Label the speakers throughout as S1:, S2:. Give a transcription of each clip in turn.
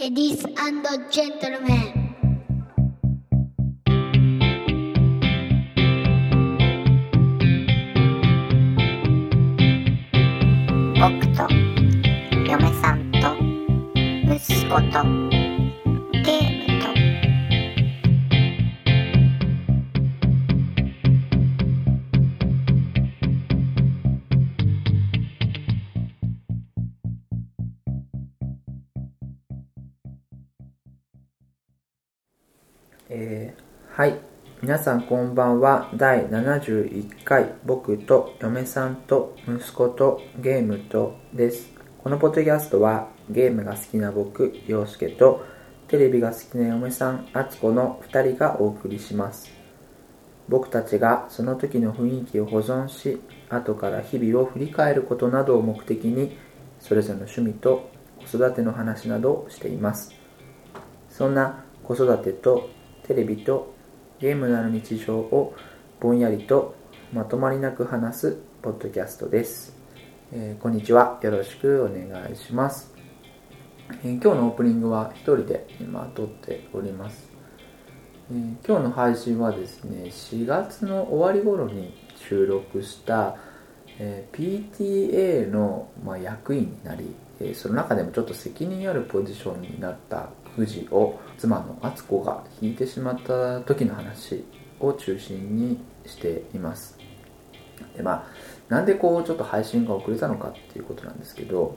S1: Ladies and gentlemen.
S2: 僕と嫁さんと息子とゲームと
S3: えーはい皆さんこんばんは第71回僕と嫁さんと息子とゲームとですこのポッドキャストはゲームが好きな僕陽介とテレビが好きな嫁さん敦子の2人がお送りします僕たちがその時の雰囲気を保存し後から日々を振り返ることなどを目的にそれぞれの趣味と子育ての話などをしていますそんな子育てとテレビとゲームなどの日常をぼんやりとまとまりなく話すポッドキャストです、えーこんにちはよろしくお願いします、えー今日のオープニングは一人で今撮っております、えー今日の配信はですね4月の終わり頃に収録した、えー PTA の、まあ、役員になり、えーその中でもちょっと責任あるポジションになったくじを妻の敦子が引いてしまった時の話を中心にしていますでまあなんでこうちょっと配信が遅れたのかっていうことなんですけど、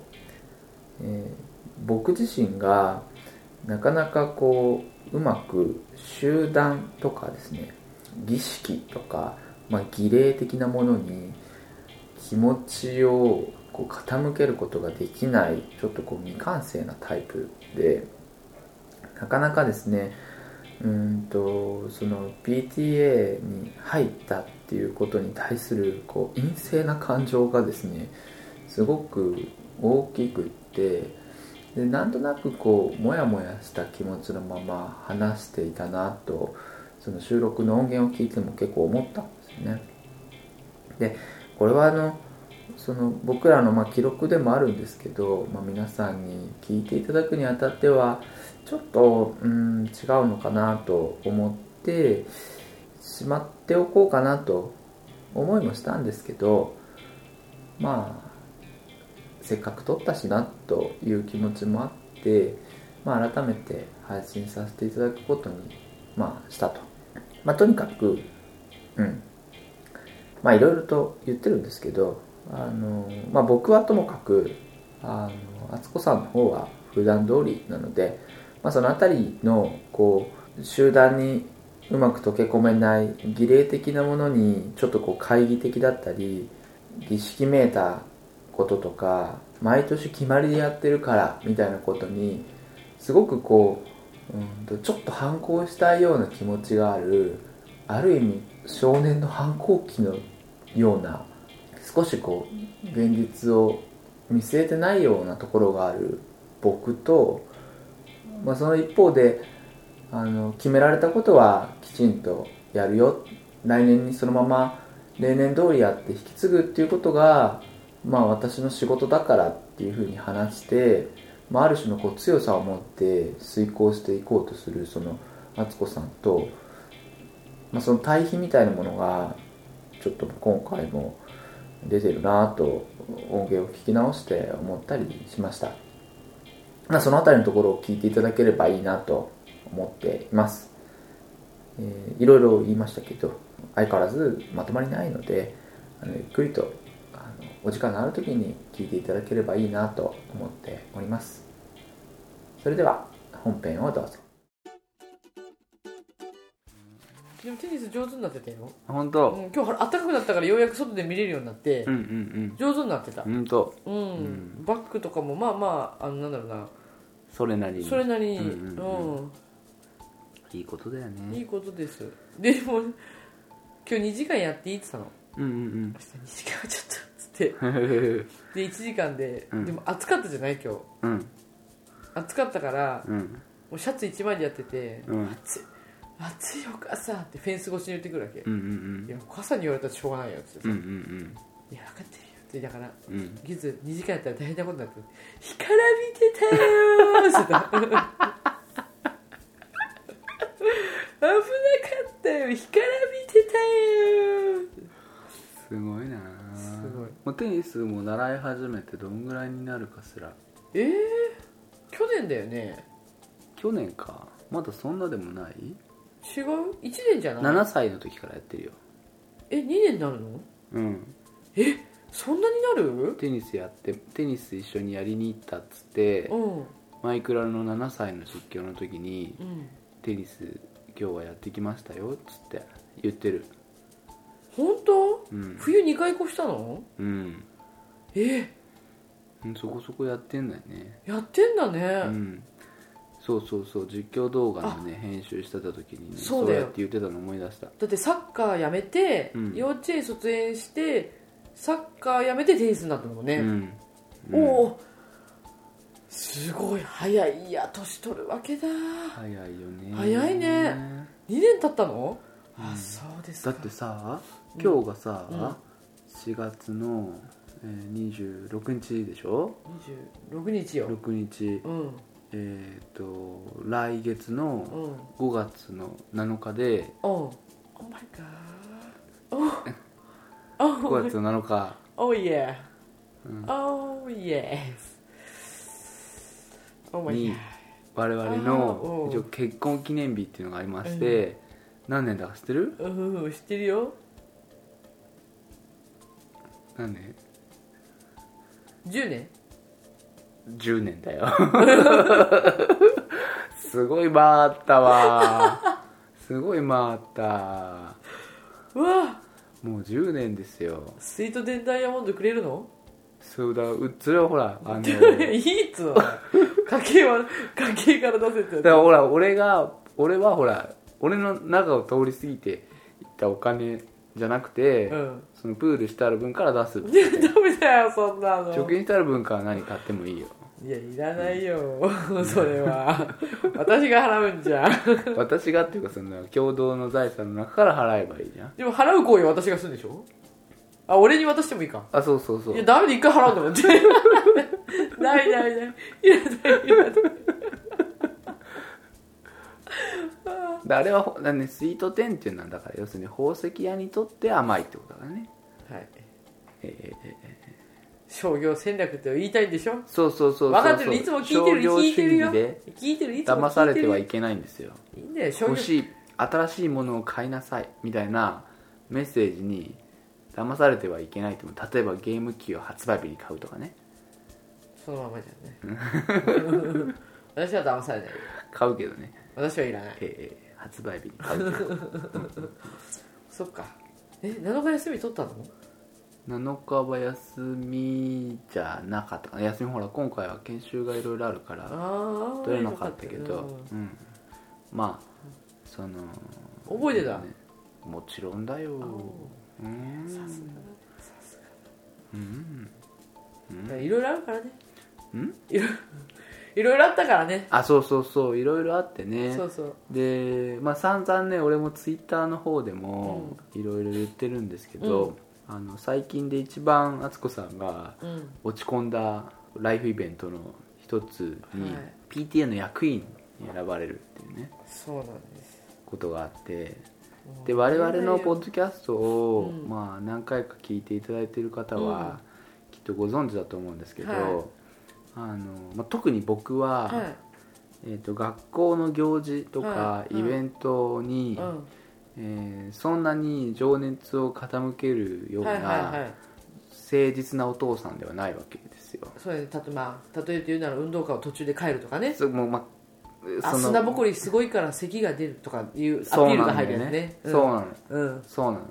S3: えー僕自身がなかなかこううまく集団とかですね儀式とか、まあ、儀礼的なものに気持ちをこう傾けることができないちょっとこう未完成なタイプでなかなかですねうーんとその PTA に入ったっていうことに対するこう陰性な感情がですねすごく大きくってでなんとなくこうモヤモヤした気持ちのまま話していたなとその収録の音源を聞いても結構思ったんですよねでこれはあのその僕らのまあ記録でもあるんですけど、まあ、皆さんに聞いていただくにあたってはちょっとうん違うのかなと思ってしまっておこうかなと思いもしたんですけどまあせっかく撮ったしなという気持ちもあって、まあ、改めて配信させていただくことに、まあ、したと、まあ、とにかくうんまあいろいろと言ってるんですけどあの、まあ、僕はともかくあの敦子さんの方は普段通りなので、まあ、その辺りのこう集団にうまく溶け込めない儀礼的なものにちょっとこう懐疑的だったり儀式めいたこととか毎年決まりでやってるからみたいなことにすごくこううんとちょっと反抗したいような気持ちがあるある意味少年の反抗期のような少しこう現実を見据えてないようなところがある僕と、まあ、その一方であの決められたことはきちんとやるよ来年にそのまま例年通りやって引き継ぐっていうことが、まあ、私の仕事だからっていうふうに話して、まあ、ある種のこう強さを持って遂行していこうとするその敦子さんと、まあ、その対比みたいなものがちょっと今回も出てるなぁと音源を聞き直して思ったりしました、まあ、その辺りのところを聞いていただければいいなと思っています、えーいろいろ言いましたけど相変わらずまとまりないのであのゆっくりとあのお時間のある時に聞いていただければいいなと思っておりますそれでは本編をどうぞ
S4: でもテニス上手になってたよ、
S5: 本
S4: う
S5: 当
S4: ん、今日暖かくなったからようやく外で見れるようになって、
S5: うんうん
S4: 上手になってた
S5: うん本当
S4: うん、バックとかもまあまああのなんだろうな
S5: それなりに
S4: それなりにう
S5: うん
S4: ん、
S5: うんいいことだよ
S4: い
S5: ね
S4: いことですでも今日2時間やっていいって言って
S5: うんうん
S4: たの明日2時間はちょっとっつって
S5: うん
S4: で1時間で、
S5: うん
S4: でも暑かったじゃない今日
S5: うん
S4: 暑かったから
S5: うん
S4: もうシャツ1枚でやってて
S5: うん
S4: 「暑いよ傘」ってフェンス越しに言ってくるわけ、
S5: うんうんうん
S4: いや傘に言われたらしょうがないよっつって
S5: う
S4: さ、
S5: んうん
S4: いや分かってるよでだから
S3: うん
S4: ギズ2時間やったら大変なことになってる干からびてたよーって言ってた危なかったよ干からびてたよ
S3: すごいな
S4: すごい
S3: もうテニスも習い始めてどんぐらいになるかすら
S4: ーえー、去年だよね
S3: 去年かまだそんなでもない
S4: 違う1年じゃない
S3: 7歳の時からやってるよ
S4: え2年になるの
S3: うん
S4: そんなになる
S3: テニスやってテニス一緒にやりに行ったっつって
S4: うん
S3: マイクラの7歳の実況の時に
S4: うん
S3: テニス今日はやってきましたよっつって言ってる
S4: 本当
S3: うん
S4: 冬2回越したの
S3: うん
S4: え
S3: うんそこそこやってんだよね
S4: やってんだね、
S3: うんそうそうそう実況動画のね編集してた時にね
S4: そ
S3: そうう
S4: だよ
S3: やって言ってたの思い出した
S4: だってサッカーやめて、
S3: うん
S4: 幼稚園卒園してサッカーやめてテニスになったのもん
S3: う
S4: ね、
S3: ん
S4: お
S3: うん
S4: おーすごい早いいや年取るわけだ2
S3: 早いよね
S4: 早いね年経ったの、
S3: う
S4: あ
S3: ん
S4: そうです
S3: だ
S4: か
S3: ってさ今日がさ、
S4: うん
S3: 4月の、えー26日でしょ
S4: 26日よ
S3: 6日
S4: うん
S3: えっ、と来月
S4: う
S3: の
S4: んうん
S3: 5月の7日で
S4: おおマイガーお
S3: 5
S4: お
S3: 月の7日
S4: おいえ
S3: うん
S4: おいえおマイ
S3: に
S4: ガ
S3: 我
S4: ー
S3: 々
S4: あーお
S3: の
S4: う
S3: 一応結婚記念日っていうのがありまして、何年だか知ってる
S4: うんうん知ってるよ
S3: 何年
S4: 10年
S3: ?10 年だよ すごい回ったわすごい回った
S4: うわ
S3: もう10年ですよ
S4: スイートデンダイヤモンドくれるの
S3: そうだうそれはほらあの
S4: い
S3: だ
S4: いっつうの家計は家計から出せってやつ
S3: からほら俺が俺はほら俺の中を通り過ぎていったお金じゃなくて、
S4: うん
S3: そのプールしてある分から出す
S4: いやダメだよそんなの
S3: 貯金してある分から何買ってもいいよ
S4: いやいらないよそれは私が払うんじゃん
S3: 私がっていうかその共同の財産の中から払えばいいじゃん
S4: でも払う行為は私がするんでしょあ俺に渡してもいいか
S3: あそうそうそ
S4: いや
S3: う
S4: ダメで一回払うんだもん ないないないいやないいらない
S3: だあれはほだ、ね、スイート10っていうのはだから要するに宝石屋にとって甘いってことだからね、
S4: はい
S3: えー
S4: 商業戦略って言いたいんでしょ
S3: そうそうそうそうそう
S4: 分かってるいつも聞いてる
S3: 商業
S4: 聞
S3: 主
S4: いてるよ
S3: 義で
S4: 聞いてるいつも聞いてる
S3: 騙されてはいけないんですよ
S4: いいんだよ商業
S3: 欲しい新しいものを買いなさいみたいなメッセージに騙されてはいけないと思う例えばゲーム機を発売日に買うとかね
S4: そのままじゃんね 私は騙されないよ
S3: 買うけどね、
S4: 私はいらない
S3: えー発売日に買うけど
S4: そっかえ7日休み取ったの
S3: 7日は休みじゃなかったかな休みほら今回は研修がいろいろあるから
S4: ああ
S3: 取れなかったけど、うん、まあその
S4: 覚えてた
S3: ねもちろんだようんうん
S4: いろいろあるからね
S3: うん
S4: いろいろいろあったからね
S3: あそうそうそういろいろあってね
S4: そうそう
S3: でまあ散々ね俺もツイッターの方でもいろいろ言ってるんですけど、あの最近で一番敦子さんが
S4: うん
S3: 落ち込んだライフイベントの一つに、
S4: はい
S3: PTA の役員に選ばれるっていうね
S4: そうなんです
S3: ことがあってで我々のポッドキャストを、
S4: うん
S3: まあ、何回か聞いていただいている方は、きっとご存知だと思うんですけど、
S4: はい
S3: あのまあ、特に僕は、
S4: は
S3: えー、と学校の行事と
S4: は
S3: か
S4: いうん
S3: イベント
S4: い
S3: に、
S4: うん
S3: えーそんなに情熱を傾けるよう
S4: はいはいは
S3: ない誠実なお父さんではないわけですよ。
S4: そうやねたとまあ例えて言うなら運動会を途中で帰るとかね
S3: そうもうま
S4: あ
S3: その
S4: 砂ぼこりすごいから咳が出るとかいうアピ
S3: そう
S4: ール
S3: な
S4: が
S3: んだ
S4: 入るや
S3: よ
S4: つ
S3: ね
S4: ね。
S3: そうなの
S4: うんうん
S3: そうなの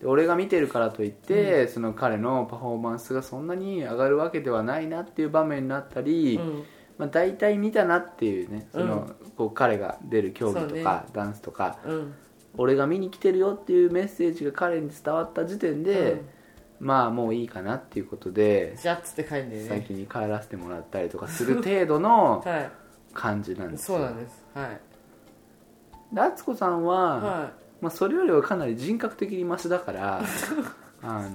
S3: で俺が見てるからといって、その彼のパフォーマンスがそんなに上がるわけではないなっていう場面になったり、
S4: うん
S3: まあ、大体見たなっていうねその、こう彼が出る競技
S4: そ
S3: と
S4: うね
S3: か、ダンスとか
S4: うん
S3: 俺が見に来てるよっていうメッセージが彼に伝わった時点で、
S4: うん
S3: まあもういいかなっていうことで
S4: じゃっつって帰るんだよね
S3: 先に帰らせてもらったりとかする程度の
S4: は
S3: 感じなん
S4: い
S3: です
S4: そ
S3: よ
S4: うなんですはい
S3: で敦子さんは、
S4: は
S3: まあ、それよりはかなり人格的にマシだからあの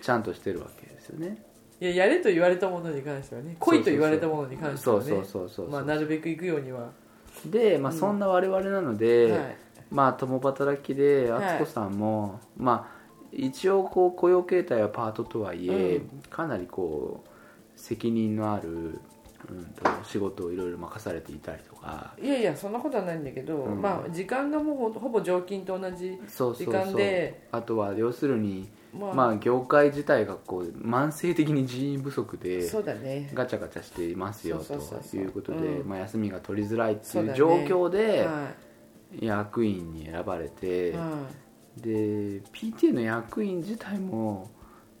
S3: ちゃんとしてるわけですよね
S4: いややれと言われたものに関してはね来いと言われたものに関してはね
S3: そうそうそうそうそうそうそう
S4: まあなるべく行くようには、
S3: で、まあ、そんな我々なので、
S4: はい
S3: まあ共働きで
S4: はい
S3: 敦子さんも、まあ一応こう雇用形態はパートとはいえ、
S4: う
S3: かなりこう責任のある、うん、と仕事をいろいろ任されていたりとか
S4: いやいやそんなことはないんだけど、
S3: うん
S4: まあ時間がもうほほぼ常勤と同じ
S3: そうそう
S4: 時
S3: そ
S4: 間
S3: う
S4: で
S3: あとは要するに、
S4: まあ、
S3: まあ、業界自体がこう慢性的に人員不足で
S4: そうだね
S3: ガチャガチャしていますよ
S4: そ
S3: と
S4: うそうそうそう
S3: いうことで、
S4: うん
S3: まあ、休みが取りづらいって
S4: そ
S3: いうう
S4: だね
S3: 状況で、
S4: は
S3: 役員に選ばれて、
S4: い、は
S3: で PTA の役員自体も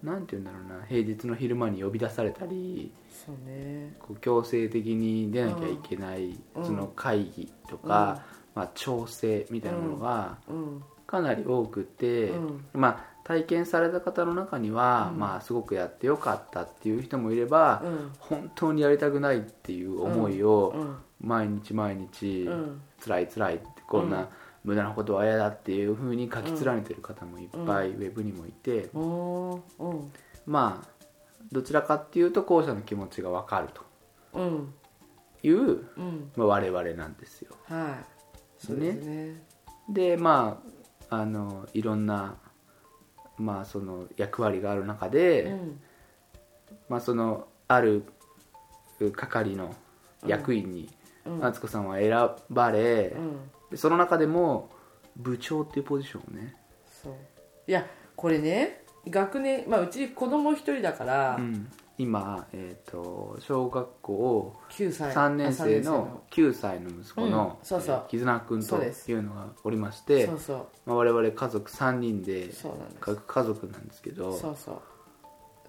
S3: なんて言うんだろうな平日の昼間に呼び出されたり
S4: い、そうね
S3: こう強制的に出なきゃいけない、
S4: うん
S3: その会議とか、まあ、調整みたいなものが
S4: うん
S3: かなり多くて、
S4: うん
S3: まあ体験された方の中には、
S4: うん
S3: まあ、すごくやってよかったっていう人もいれば、
S4: うん
S3: 本当にやりたくないっていう思いを、
S4: うん
S3: 毎日毎日、
S4: うん
S3: 辛い辛いってこん
S4: うん
S3: な無駄なことは嫌だっていうふうに書き連ねてる方もいっぱいウェブにもいて、
S4: おーうん
S3: まあどちらかっていうと後者の気持ちが分かる
S4: うん
S3: という、
S4: うん
S3: まあ、我々なんですよ
S4: はいそうですね
S3: でまああのいろんな、まあ、その役割がある中で、
S4: うん
S3: まあ、そのある係の役員に
S4: うん
S3: 敦子さんは選ばれ、
S4: うん
S3: でその中でも部長っていうポジションをね、
S4: そういやこれね学年まあうち子供一人だから
S3: うん、今、えー、と小学校
S4: 9歳
S3: 3年生
S4: あ
S3: の9歳の息子の
S4: うんそうそう
S3: えー絆君
S4: そ
S3: と
S4: うです
S3: いうのがおりまし
S4: 三年生
S3: て
S4: のそうそう
S3: まあ、我々家族3人で
S4: そうなんです
S3: 各家族なんですけ
S4: そ
S3: ど
S4: うそう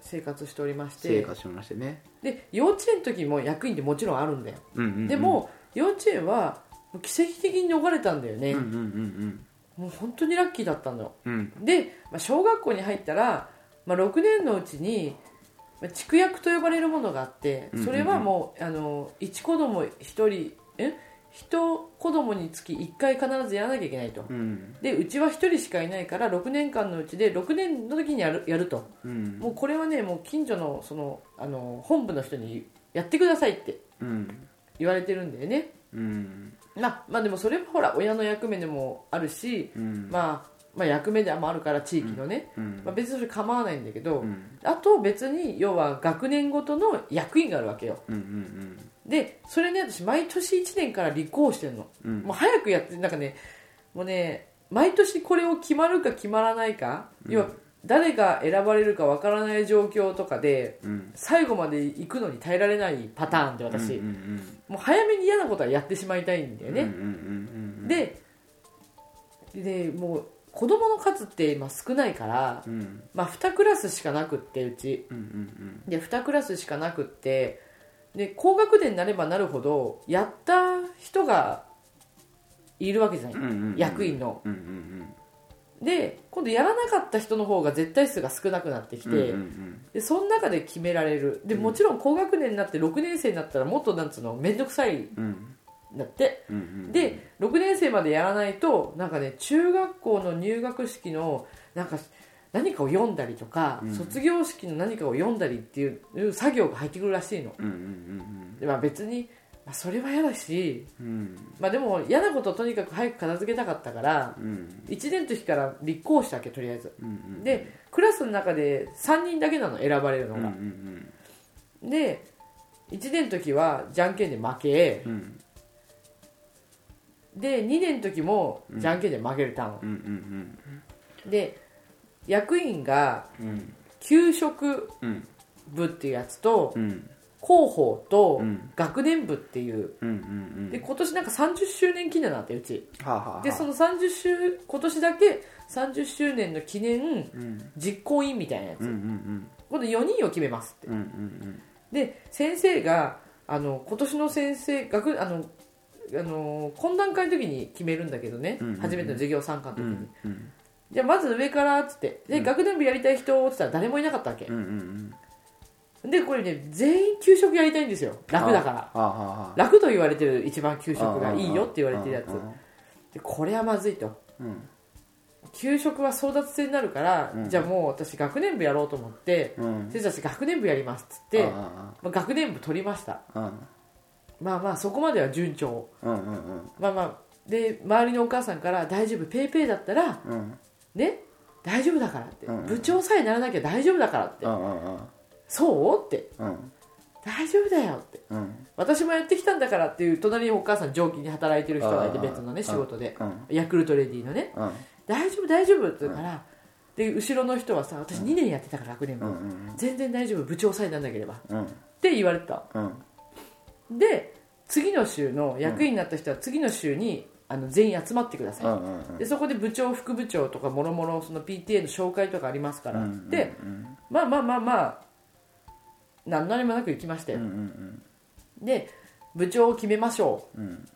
S4: 生活しておりまし
S3: 生
S4: て
S3: 活しましてね、
S4: で幼稚園の時も役員ってもちろんあるんだよ、
S3: うんうんうん、
S4: でも幼稚園は奇跡的に逃れたんだよね、
S3: うんうんうん
S4: もう本当にラッキーだったのよ
S3: うんうん
S4: で、まあ、小学校に入ったら、まあ、6年のうちにまあ畜薬と呼ばれるものがあって
S3: うんうんうん
S4: それはもうあの1子供一人え1子供につき1回必ずやらなきゃいけないと
S3: うん
S4: でうちは1人しかいないから6年間のうちで6年の時にやるやると
S3: うん
S4: もうこれはねもう近所のそのあの本部の人にやってくださいって
S3: うん
S4: 言われてるんだよね
S3: うん
S4: まあまあでもそれはほら親の役目でもあるし、
S3: うん
S4: まあ、まあ役目でもあるから地域のね、
S3: うん
S4: まあ、別にそれ構わないんだけど、
S3: うん
S4: あと別に要は学年ごとの役員があるわけよ
S3: うんうん
S4: でそれね私毎年1年から立候補してるの、
S3: うん
S4: もう早くやってなんかねもうね毎年これを決まるか決まらないか、要は誰が選ばれるかわからない状況とかで
S3: うん
S4: 最後まで行くのに耐えられないパターンで私、
S3: うんうん
S4: もう早めに嫌なことはやってしまいたいんだよ
S3: うんうん
S4: ね、
S3: うん
S4: ででもう子供の数って今少ないから、
S3: うんうん
S4: まあ、2クラスしかなくってうち
S3: うんうん
S4: で2クラスしかなくってで高学年になればなるほどやった人がいるわけじゃない、
S3: うんうんうん
S4: 役員の
S3: うんうん
S4: で今度やらなかった人の方が絶対数が少なくなってきて、
S3: うんうんうん
S4: でその中で決められるでもちろん高学年になって6年生になったらもっとなんつうの面倒くさいん
S3: うんうん
S4: だって
S3: うんうん
S4: で6年生までやらないとなんかね中学校の入学式のなんか何かを読んだりとか、
S3: うん
S4: 卒業式の何かを読んだりっていう作業が入ってくるらしいの
S3: うんうん
S4: で、まあ、別に、まあ、それは嫌だし、
S3: うんうん
S4: まあ、でも嫌なことをとにかく早く片付けたかったから
S3: うん
S4: 1年の時から立候補したわけとりあえず
S3: うんうん
S4: でクラスの中で3人だけなの選ばれるの
S3: うんう
S4: が、
S3: ん
S4: で1年の時はじゃんけんで負け
S3: うんうん
S4: で2年の時もじゃんけんで負けるターン、
S3: うんうん
S4: で役員が
S3: うん
S4: 給食
S3: うん
S4: 部っていうやつと
S3: うん
S4: 広報と
S3: うん
S4: 学年部っていう
S3: うんうんう
S4: で
S3: ん
S4: 今年なんか30周年記念なんてうち
S3: はあはあはあ
S4: でその30周今年だけ30周年の記念
S3: うん
S4: 実行委員みたいなやつ
S3: うんうん
S4: 今度4人を決めますって
S3: うんうんうん
S4: で先生があの今年の先生学あのあの懇談会の時に決めるんだけどね、
S3: うんうんうん
S4: 初めての授業参加の
S3: う
S4: 時に、
S3: んうん
S4: じゃあまず上からっつってで、
S3: うん
S4: 学年部やりたい人っつったら誰もいなかったわけ、
S3: うんうん
S4: でこれね全員給食やりたいんですよ楽だから
S3: はあはあはあ
S4: 楽と言われてる一番給食がいいよって言われてるやつ
S3: うん
S4: でこれはまずいと
S3: うん
S4: 給食は争奪戦になるから、
S3: うん
S4: じゃあもう私学年部やろうと思って、
S3: うん
S4: 先生たち学年部やりますっつって、ま
S3: あ
S4: あ、学年部取りました
S3: あああ
S4: まあまあそこまでは順調
S3: うんうんうん
S4: まあまあで周りのお母さんから「大丈夫ペイペイだったら
S3: うんうん
S4: ね大丈夫だから」って、
S3: うんうん
S4: 部長さえならなきゃ大丈夫だから」って「
S3: うん
S4: そう?」って
S3: うん
S4: 「大丈夫だよ」って
S3: うんうん
S4: 「私もやってきたんだから」っていう隣にお母さん上勤に働いてる人がいて
S3: あー
S4: 別のね仕事で
S3: うん
S4: ヤクルトレディのね
S3: うん
S4: 「大丈夫大丈夫」って言うから、で後ろの人はさ私2年やってたから学年
S3: う
S4: も、
S3: んうん
S4: 全然大丈夫部長さえならなければっ
S3: うん
S4: て言われてた
S3: うん
S4: で次の週の役員になった人は次の週にあの全員集まってください、
S3: うんうん
S4: でそこで部長副部長とかもろもろその PTA の紹介とかありますから、
S3: うん
S4: でまあまあまあまあ何のあれもなく行きましたよ、
S3: うんうん
S4: で部長を決めましょう
S3: うん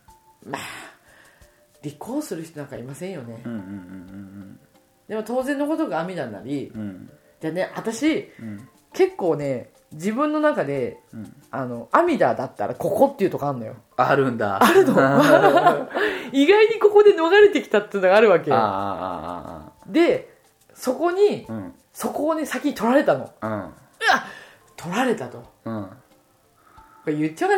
S4: 立候補する人なんかいませんよね、
S3: うんうんうん
S4: でも当然のことが網田になり
S3: うんうん
S4: でね私
S3: うん
S4: 結構ね自分の中で、あの阿弥陀だったらここっていうとこあるのよ
S3: あるんだあるの あ
S4: 意外にここで逃れてきたっていうのがあるわけ
S3: ああ
S4: よ
S3: あ
S4: でそこに
S3: あうん
S4: そこをね先に取られたの
S3: うん
S4: 取られたとこ
S3: うん
S4: れ言っちゃおう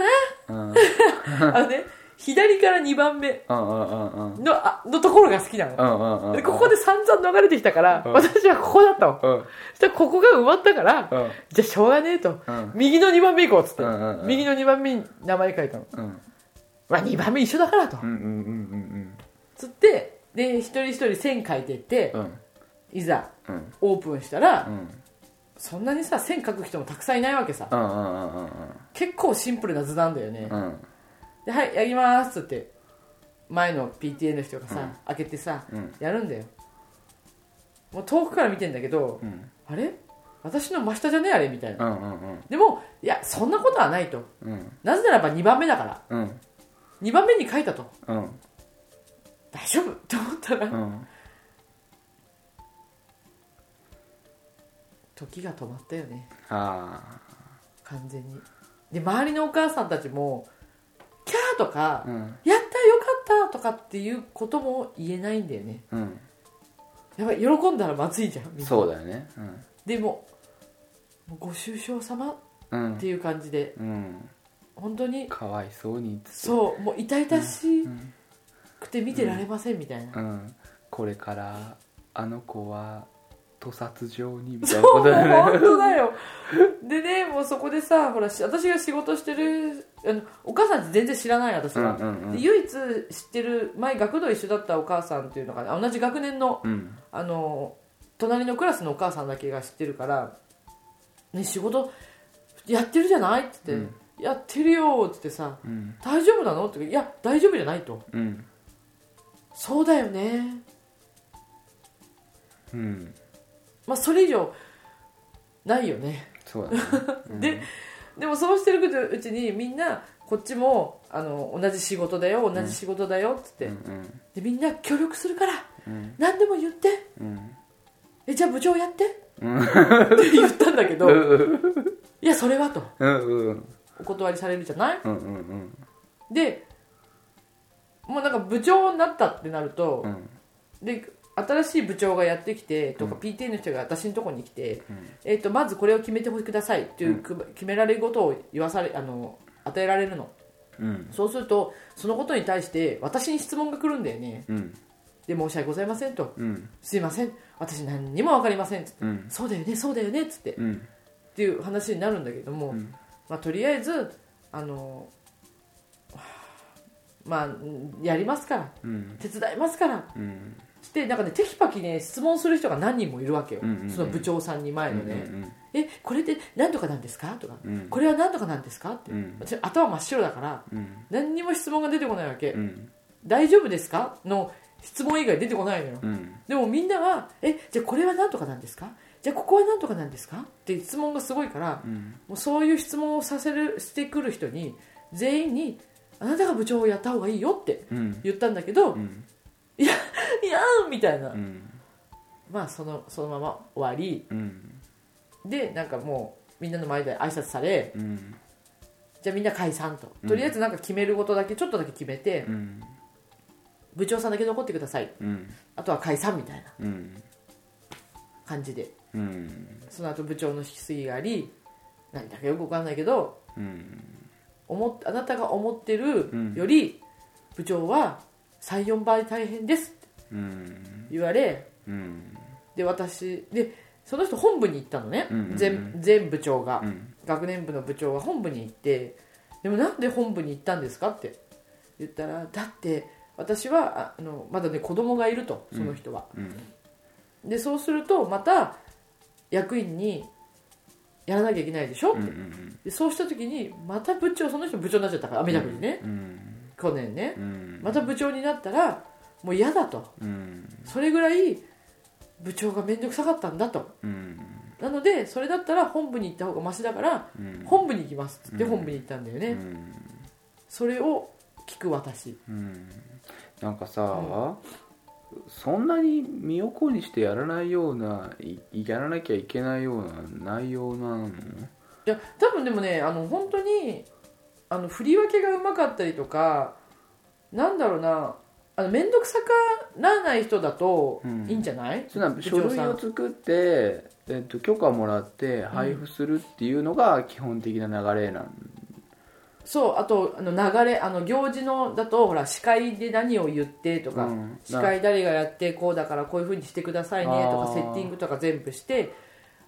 S4: かな
S3: うん
S4: あのね、左から2番目
S3: うんうん
S4: のあのところが好きなの。
S3: うんう
S4: で
S3: ん
S4: ここで散々逃れてきたから、
S3: うん
S4: 私はここだったの。
S3: うん
S4: そしたらここが埋まったから、
S3: うん
S4: じゃあしょうがねえと。
S3: うん
S4: 右の2番目行こうっつって、
S3: うんうんうん
S4: 右の2番目に名前書いたの。
S3: うん
S4: まあ2番目一緒だからと。
S3: うんうんうんうん
S4: つって、で、一人一人線書いてって、
S3: うんうん
S4: いざ
S3: うん
S4: オープンしたら、
S3: うん
S4: そんなにさ、線書く人もたくさんいないわけさ。
S3: うんうんうんうん
S4: 結構シンプルな図なんだよね。
S3: うん
S4: で、はい、やりますっつって、前の PTA の人がさ、
S3: うん
S4: 開けてさ、
S3: うん
S4: やるんだよもう遠くから見てんだけど、
S3: うん
S4: あれ私の真下じゃねえあれみたいな、
S3: うんうん
S4: でもいやそんなことはないと
S3: うん
S4: なぜならば2番目だから
S3: うん
S4: 2番目に書いたと
S3: うん
S4: 大丈夫 と思ったら、
S3: うん
S4: 時が止まったよね
S3: あ
S4: 完全にで周りのお母さんたちもキャーと
S3: あ、
S4: か
S3: うん
S4: やったよかったとかっていうことも言えないんだよね
S3: うん
S4: やばい喜んだらまずいじゃんみんな
S3: そうだよねうん
S4: でももうご愁傷様
S3: うん
S4: っていう感じで
S3: うん
S4: 本当に
S3: かわいそうに
S4: そうもう痛々し
S3: ん
S4: くて見てられませんみたいな、
S3: うんこれからあの子は屠殺場にみたいなことだ
S4: もう
S3: よ
S4: 本
S3: ね
S4: 当だよでねもうそこでさほらし私が仕事してるあのお母さんって全然知らない私
S3: うん
S4: は、
S3: うんうん
S4: で唯一知ってる前学童一緒だったお母さんっていうのがね同じ学年の
S3: うん
S4: あの隣のクラスのお母さんだけが知ってるから「ね仕事やってるじゃない?」って言って、やってるよ」って言ってさ
S3: うん
S4: 「大丈夫なの?」って言うから「いや大丈夫じゃない」と
S3: うん
S4: 「そうだよね」
S3: うん
S4: まあ、それ以上ないよね、
S3: そうだね
S4: ででもそうしてるうちにみんなこっちもあの同じ仕事だよ同じ仕事だよっつって、
S3: うんうん
S4: でみんな協力するから
S3: うん
S4: 何でも言って
S3: うん
S4: えじゃあ部長やってって
S3: うん
S4: 言ったんだけど、
S3: うん
S4: いやそれはと
S3: うんうん
S4: お断りされるじゃない
S3: うんうん
S4: でもうなんか部長になったってなると
S3: う、ん
S4: で新しい部長がやってきてとか、PTA の人が私のところに来て、えっとまずこれを決めてくださいっていう、く決められることを言わされあの与えられるの
S3: うん
S4: そうするとそのことに対して私に質問が来るんだよね
S3: うん
S4: で申し訳ございませんと
S3: うん
S4: すいません私何にも分かりませんっつって、
S3: うん
S4: そうだよねそうだよねっつって、っ
S3: うん
S4: ていう話になるんだけども、
S3: ん
S4: まあ、とりあえずあのはあまあうんやりますから
S3: うん
S4: 手伝いますから
S3: うん
S4: してなんかねテキパキね質問する人が何人もいるわけよ、
S3: うんうんうん
S4: その部長さんに前のね、
S3: うん
S4: えこれって何とかなんですかとか、
S3: うん
S4: これは何とかなんですかって、
S3: うん
S4: 私頭真っ白だから
S3: うん
S4: 何にも質問が出てこないわけ、
S3: うん
S4: 大丈夫ですかの質問以外出てこないのよ、
S3: うん
S4: でもみんなは「えじゃあこれは何とかなんですかじゃあここは何とかなんですか?」って質問がすごいから、
S3: うん
S4: もうそういう質問をさせるしてくる人に全員に「あなたが部長をやった方がいいよ」って
S3: うん
S4: 言ったんだけど「
S3: うん
S4: いやー」みたいな、
S3: うん
S4: まあそのそのまま終わり
S3: うん
S4: でなんかもうみんなの前で挨拶され
S3: うん
S4: じゃあみんな解散と、とりあえずなんか決めることだけちょっとだけ決めて、
S3: うん
S4: 部長さんだけ残ってください
S3: うん
S4: あとは解散みたいな
S3: うん
S4: 感じで
S3: うん
S4: その後部長の引き継ぎがあり何だかよくわかんないけど
S3: うん
S4: 思っあなたが思ってる
S3: ん
S4: より部長は34倍大変ですって
S3: うん
S4: 言われ
S3: うん
S4: で私でその人本部に行ったのね、
S3: うんうんうん
S4: 全全部長が、
S3: うん
S4: 学年部の部長が本部に行って「でもなんで本部に行ったんですか?」って言ったら「だって私はああのまだね子供がいるとその人は」
S3: うん
S4: でそうするとまた役員にやらなきゃいけないでしょ、
S3: うんうん
S4: でそうした時にまた部長その人部長になっちゃったからアメダブにね、
S3: うん
S4: 去年ね
S3: うん
S4: また部長になったらもう嫌だと
S3: うん
S4: それぐらい部長が面倒くさかったんだと
S3: うん
S4: なのでそれだったら本部に行った方がマシだから
S3: うん
S4: 本部に行きますっつって
S3: うん
S4: 本部に行ったんだよね、
S3: うん
S4: それを聞く私
S3: うんなんかさそんなに身を粉にしてやらないようないやらなきゃいけないような内容なの
S4: いや多分でもねあの本当にあの振り分けがうまかったりとかなんだろうなあの面倒くさかならない人だと
S3: うん
S4: いいんじゃない、
S3: そんな
S4: 部
S3: 書
S4: 長
S3: 類
S4: さ
S3: を
S4: ん
S3: 作って、えっと、許可もらって配布するっていうのが基本的な流れなん
S4: そうあとあの流れあの行事のだとほら司会で何を言ってと
S3: だ、
S4: か、
S3: うん
S4: 司会誰がやってこうだからこういう風にしてくださいねと
S3: あー
S4: かセッティングとか全部して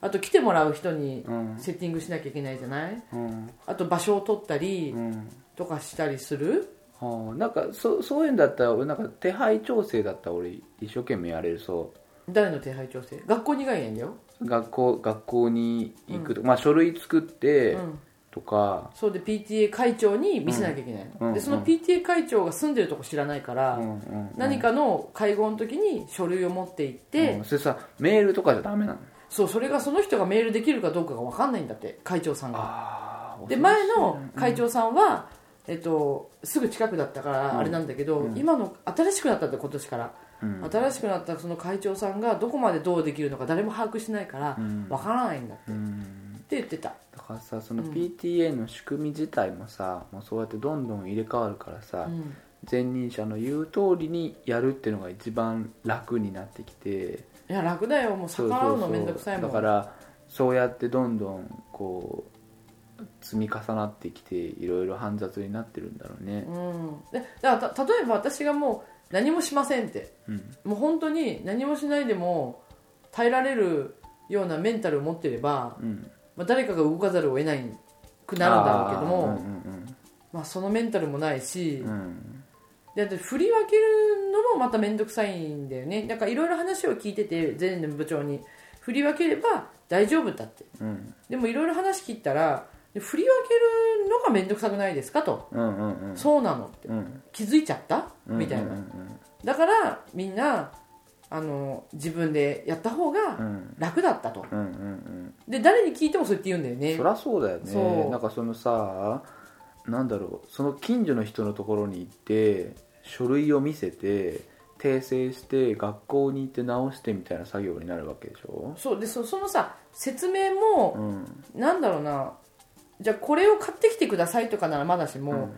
S4: あと来てもらう人に
S3: うん
S4: セッティングしなきゃいけないじゃない
S3: うん
S4: あと場所を取ったり
S3: うん
S4: とかしたりする
S3: はあ、なんかそそういうんだったら俺なんか手配調整だったら俺一生懸命やれるそ
S4: 誰の手配調整学校に以外ないんだよ、
S3: う学校学校に行くとか、まあ書類作って
S4: うん、
S3: とか、
S4: そうで PTA 会長に見せなきゃいけないの、
S3: うんうん
S4: でその PTA 会長が住んでるとこ知らないから、
S3: うんうん
S4: 何かの会合の時に書類を持って行って、
S3: うんそれさメールとかじゃダメなの
S4: そうそれがその人がメールできるかどうかが分かんないんだって会長さんが
S3: あー
S4: で
S3: 恐ろし
S4: 前の会長さんは、えっと、すぐ近くだったからあれなんだけど、今の新しくなったって今年から、
S3: うん
S4: 新しくなったその会長さんがどこまでどうできるのか誰も把握してないから、
S3: ん
S4: わからないんだって、
S3: い
S4: っ
S3: うん
S4: て言ってた
S3: だからさその PTA の仕組み自体もさ、もうそうやってどんどん入れ替わるからさ、
S4: うん
S3: 前任者の言う通りにやるっていうのが一番楽になってきて
S4: いや楽だよもう
S3: そう
S4: 逆らうのめんどくさいも
S3: そ
S4: ん
S3: うそうだからそうやってどんどんこう積み重なってきていろいろ煩雑になってるんだろうね
S4: うん、でだからた例えば私がもう何もしませんって
S3: うん
S4: もう本当に何もしないでも耐えられるようなメンタルを持ってれば、
S3: うん
S4: まあ、誰かが動かざるを得ないくなるんだろうけど
S3: あ
S4: も
S3: ーうん
S4: まあ、そのメンタルもないし、
S3: うんうん
S4: であと振り分けるのもまた面倒くさいんだよねなんかいろいろ話を聞いてて前年部長に振り分ければ大丈夫だって
S3: うん
S4: でもいろいろ話聞いたらで振り分けるのが面倒くさくないですかと、
S3: うんうんうん
S4: そうなのって
S3: うん
S4: 気づいちゃった
S3: うん
S4: みたいな、
S3: うんうん
S4: だからみんなあの自分でやった方
S3: う
S4: が
S3: ん
S4: 楽だったと、
S3: うんうんうん
S4: で誰に聞いてもそう言って言うんだよ
S3: そり
S4: ね
S3: ゃそうだよ
S4: そ
S3: ね
S4: う
S3: なんかそのさなんだろうその近所の人のところに行って書類を見せて訂正して学校に行って直してみたいな作業になるわけでしょ
S4: そうでそそのさ説明も
S3: うん
S4: なんだろうなじゃあこれを買ってきてくださいとかならまだしも、
S3: うん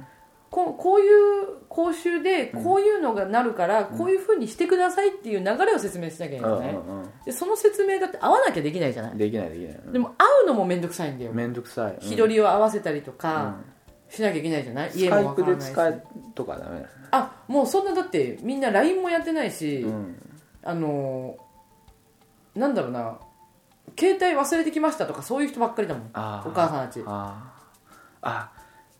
S4: ここういう講習でこういうのがなるから、こういうふうにしてくださいっていう流れを説明しなきゃいけない、
S3: うんうん
S4: でその説明だって合わなきゃできないじゃな
S3: う
S4: い
S3: ん、できないできないうん
S4: でも合うのも面倒くさいんだよ、
S3: めんどくさいうん
S4: 日取りを合わせたりと
S3: う
S4: か
S3: ん
S4: しなきゃいけないじゃない、
S3: ス
S4: 家
S3: カ
S4: も
S3: イ
S4: わか
S3: プで
S4: らないし
S3: 使えとかダメだね
S4: あもうそんなだってみんな LINE もやってないし、
S3: うん
S4: あのーなんだろうな携帯忘れてきましたとかそういう人ばっかりだもん
S3: あー
S4: お母さんたち
S3: あーあ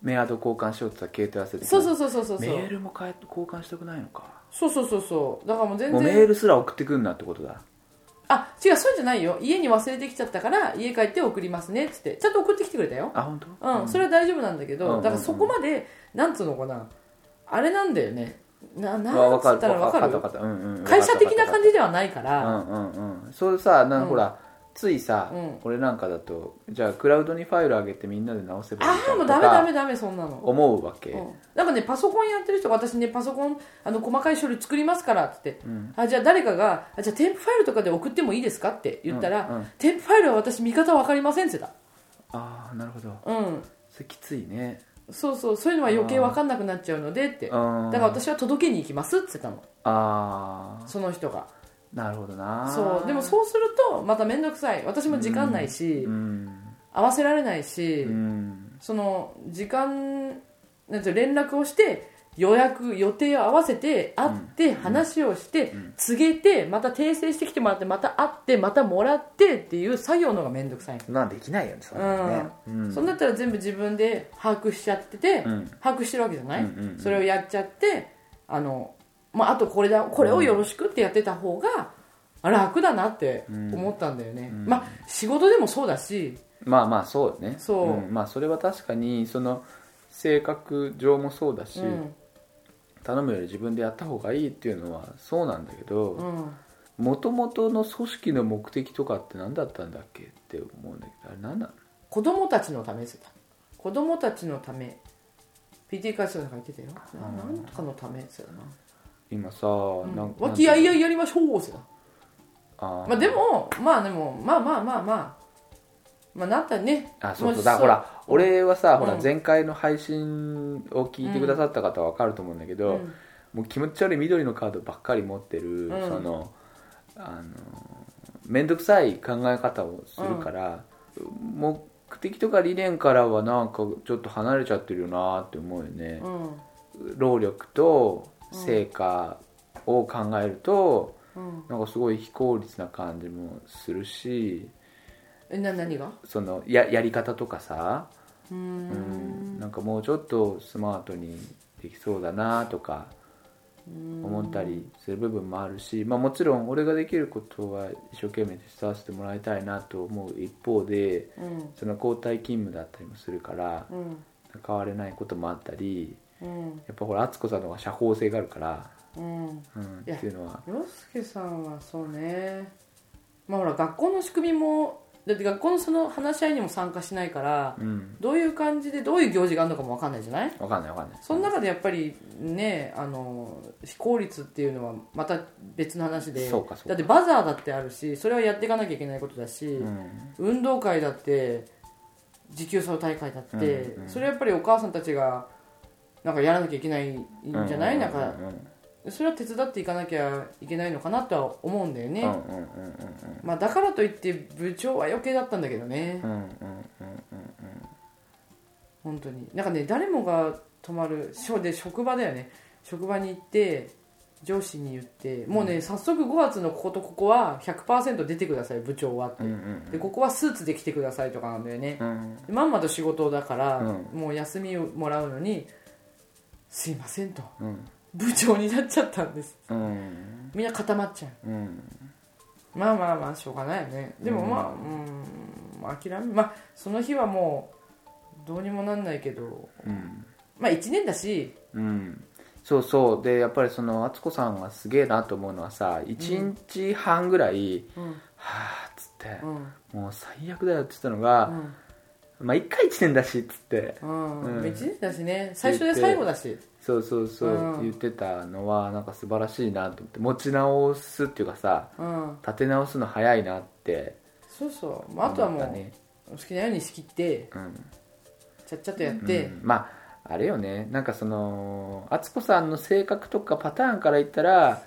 S3: メアド交換しようって言ったら携帯忘れてきた
S4: そうそうそうそうそう
S3: メールも変え交換したくないのか
S4: そうそうそうそうだからもう全
S3: もう
S4: 然
S3: メールすら送ってくんなってことだ
S4: あ違うそうじゃないよ家に忘れてきちゃったから家帰って送りますねっつってちゃんと送ってきてくれたよ
S3: あ本当
S4: うん、それは大丈夫なんだけ
S3: うんうん
S4: ど
S3: うん
S4: だからそこまでなんつうのかなあれなんだよねななん
S3: わわか
S4: つ
S3: る
S4: ったらわか
S3: わ
S4: る
S3: かったうんうん
S4: 会社的な感
S3: じ
S4: じではないか
S3: う
S4: ら
S3: んうんうんそうさなんかほらついさ
S4: うん
S3: 俺なんかだとじゃあクラウドにファイル上げてみんなで直せばいい
S4: あ
S3: じゃ
S4: あ
S3: ん
S4: もう
S3: と
S4: ダメダメ
S3: か
S4: ダメそんなの
S3: 思うわけ
S4: うんなんかねパソコンやってる人が私ねパソコンあの細かい書類作りますからってって、あじゃあ誰かがあじゃあ添付ファイルとかで送ってもいいですかって言ったら、
S3: うんうん
S4: 添付ファイルは私見方わかりませんって言って
S3: ああなるほど
S4: たうん
S3: それきついね
S4: そうそうそういうのは余計分かんなくなっちゃうのでってだ
S3: うん
S4: から私は届けに行きますって言ったの
S3: あ
S4: その人が
S3: ーなるほどな
S4: そうでもそうするとまた面倒くさい私も時間ないし、
S3: うん
S4: 合わせられないし、
S3: うん
S4: その時間なんていうの連絡をして予約予定を合わせて会って話をして、告げてまた訂正してきてもらってまた会ってまたもらってっていう作業の方が面倒くさい
S3: そんなんできないよねそれはねうん
S4: そんだったら全部自分で把握しちゃってて、
S3: うん
S4: 把握してるわけじゃない、
S3: うんうんうん
S4: それをやっちゃってあの、まあ、あとこれだこれをよろしくってやってた方が楽だなって思ったんだよね、まあ仕事でもそうだし
S3: まあまあそうよね
S4: そうん
S3: まあそれは確かにその性格上もそうだし、
S4: うん
S3: 頼むより自分でやった方がいいっていうのはそうなんだけ
S4: う
S3: ど
S4: ん
S3: もともとの組織の目的とかって何だったんだっけって思うんだけどあれ何なの
S4: 子供たちのためって言ってた子供たちのため PT 会社の中に言ってたよななんとかのためって言って
S3: 今さ、
S4: た
S3: な
S4: よ
S3: ん
S4: な和気あいあ
S3: い
S4: いやりましょうって言ってた
S3: あー
S4: まあでもまあでもまあまあまあまあまあなったね
S3: あそう
S4: も
S3: そう
S4: し
S3: だほら俺はさ、
S4: ん
S3: ほら前回の配信を聞いてくださった方は分かると思うんだけど、
S4: うん
S3: もう気持ち悪い緑のカードばっかり持ってる、
S4: ん
S3: そのあの面倒くさい考え方をするから、目的とか理念からはなんかちょっと離れちゃってるよなって思うよね
S4: う、ん
S3: 労力と成果を考えると、
S4: うん
S3: なんかすごい非効率な感じもするし
S4: えな何が
S3: そのややり方とかさ
S4: うー
S3: うんんなんかもうちょっとスマートにできそうだなとか思ったりする部分もあるし、まあ、もちろん俺ができることは一生懸命手伝わせてもらいたいなと思う一方で
S4: うん
S3: その交代勤務だったりもするから
S4: うん
S3: 関われないこともあったり
S4: うん
S3: やっぱほら敦子さんの方が社交性があるから、
S4: うん
S3: うん、っ
S4: いや
S3: ていうのは
S4: 洋介さんはそうねまあほら学校の仕組みもだって学校のその話し合いにも参加しないから、
S3: うん
S4: どういう感じでどういう行事があるのかも分かんないじゃない
S3: 分かんない分かんない
S4: その中でやっぱりねあの非効率っていうのはまた別の話で
S3: そうかそうか
S4: だってバザーだってあるしそれはやっていかなきゃいけないことだし、
S3: うん
S4: 運動会だって持久走大会だって、
S3: うんうん
S4: それはやっぱりお母さんたちがなんかやらなきゃいけないんじゃない、なんか
S3: うんうん
S4: それは手伝っていかなきゃいけないのかなとは思うんだよね、
S3: うんうんうんうん
S4: まあ、だからといって部長は余計だったんだけどね、
S3: うんうんうん
S4: 本当になんかね誰もが泊まるしょで職場だよね職場に行って上司に言ってもうね、早速5月のこことここは100%出てください部長はって、
S3: うんうん
S4: でここはスーツで来てくださいとかなんだよね、
S3: うん
S4: でまんまと仕事だから、
S3: うん
S4: もう休みをもらうのに「すいません」と
S3: うん
S4: 「部長になっちゃったんです
S3: うん」
S4: みんな固まっちゃう
S3: うん
S4: まあまあまあしょうがないよねでもまあうんまあ諦めまあその日はもうどうにもなんないけど
S3: うん
S4: まあ1年だし
S3: うん、そうそうでやっぱりその敦子さんがすげえなと思うのはさ1日半ぐらい、
S4: うん
S3: はあっつって
S4: う、ん
S3: もう最悪だよっつったのが、まあ1回1年だしっつって
S4: うん、
S3: うん
S4: 1年だしね最初で最後だし
S3: そうそうそう、
S4: うん
S3: 言ってたのはなんか素晴らしいなと思って持ち直すっていうかさ
S4: うん
S3: 立て直すの早いなって
S4: そうそう、
S3: 思
S4: まあ、あ
S3: っ
S4: とはも
S3: た
S4: う
S3: ね
S4: 好きなように仕切って
S3: うん
S4: ちゃっちゃとやって、
S3: うんまああれよねなんかその敦子さんの性格とかパターンから言ったら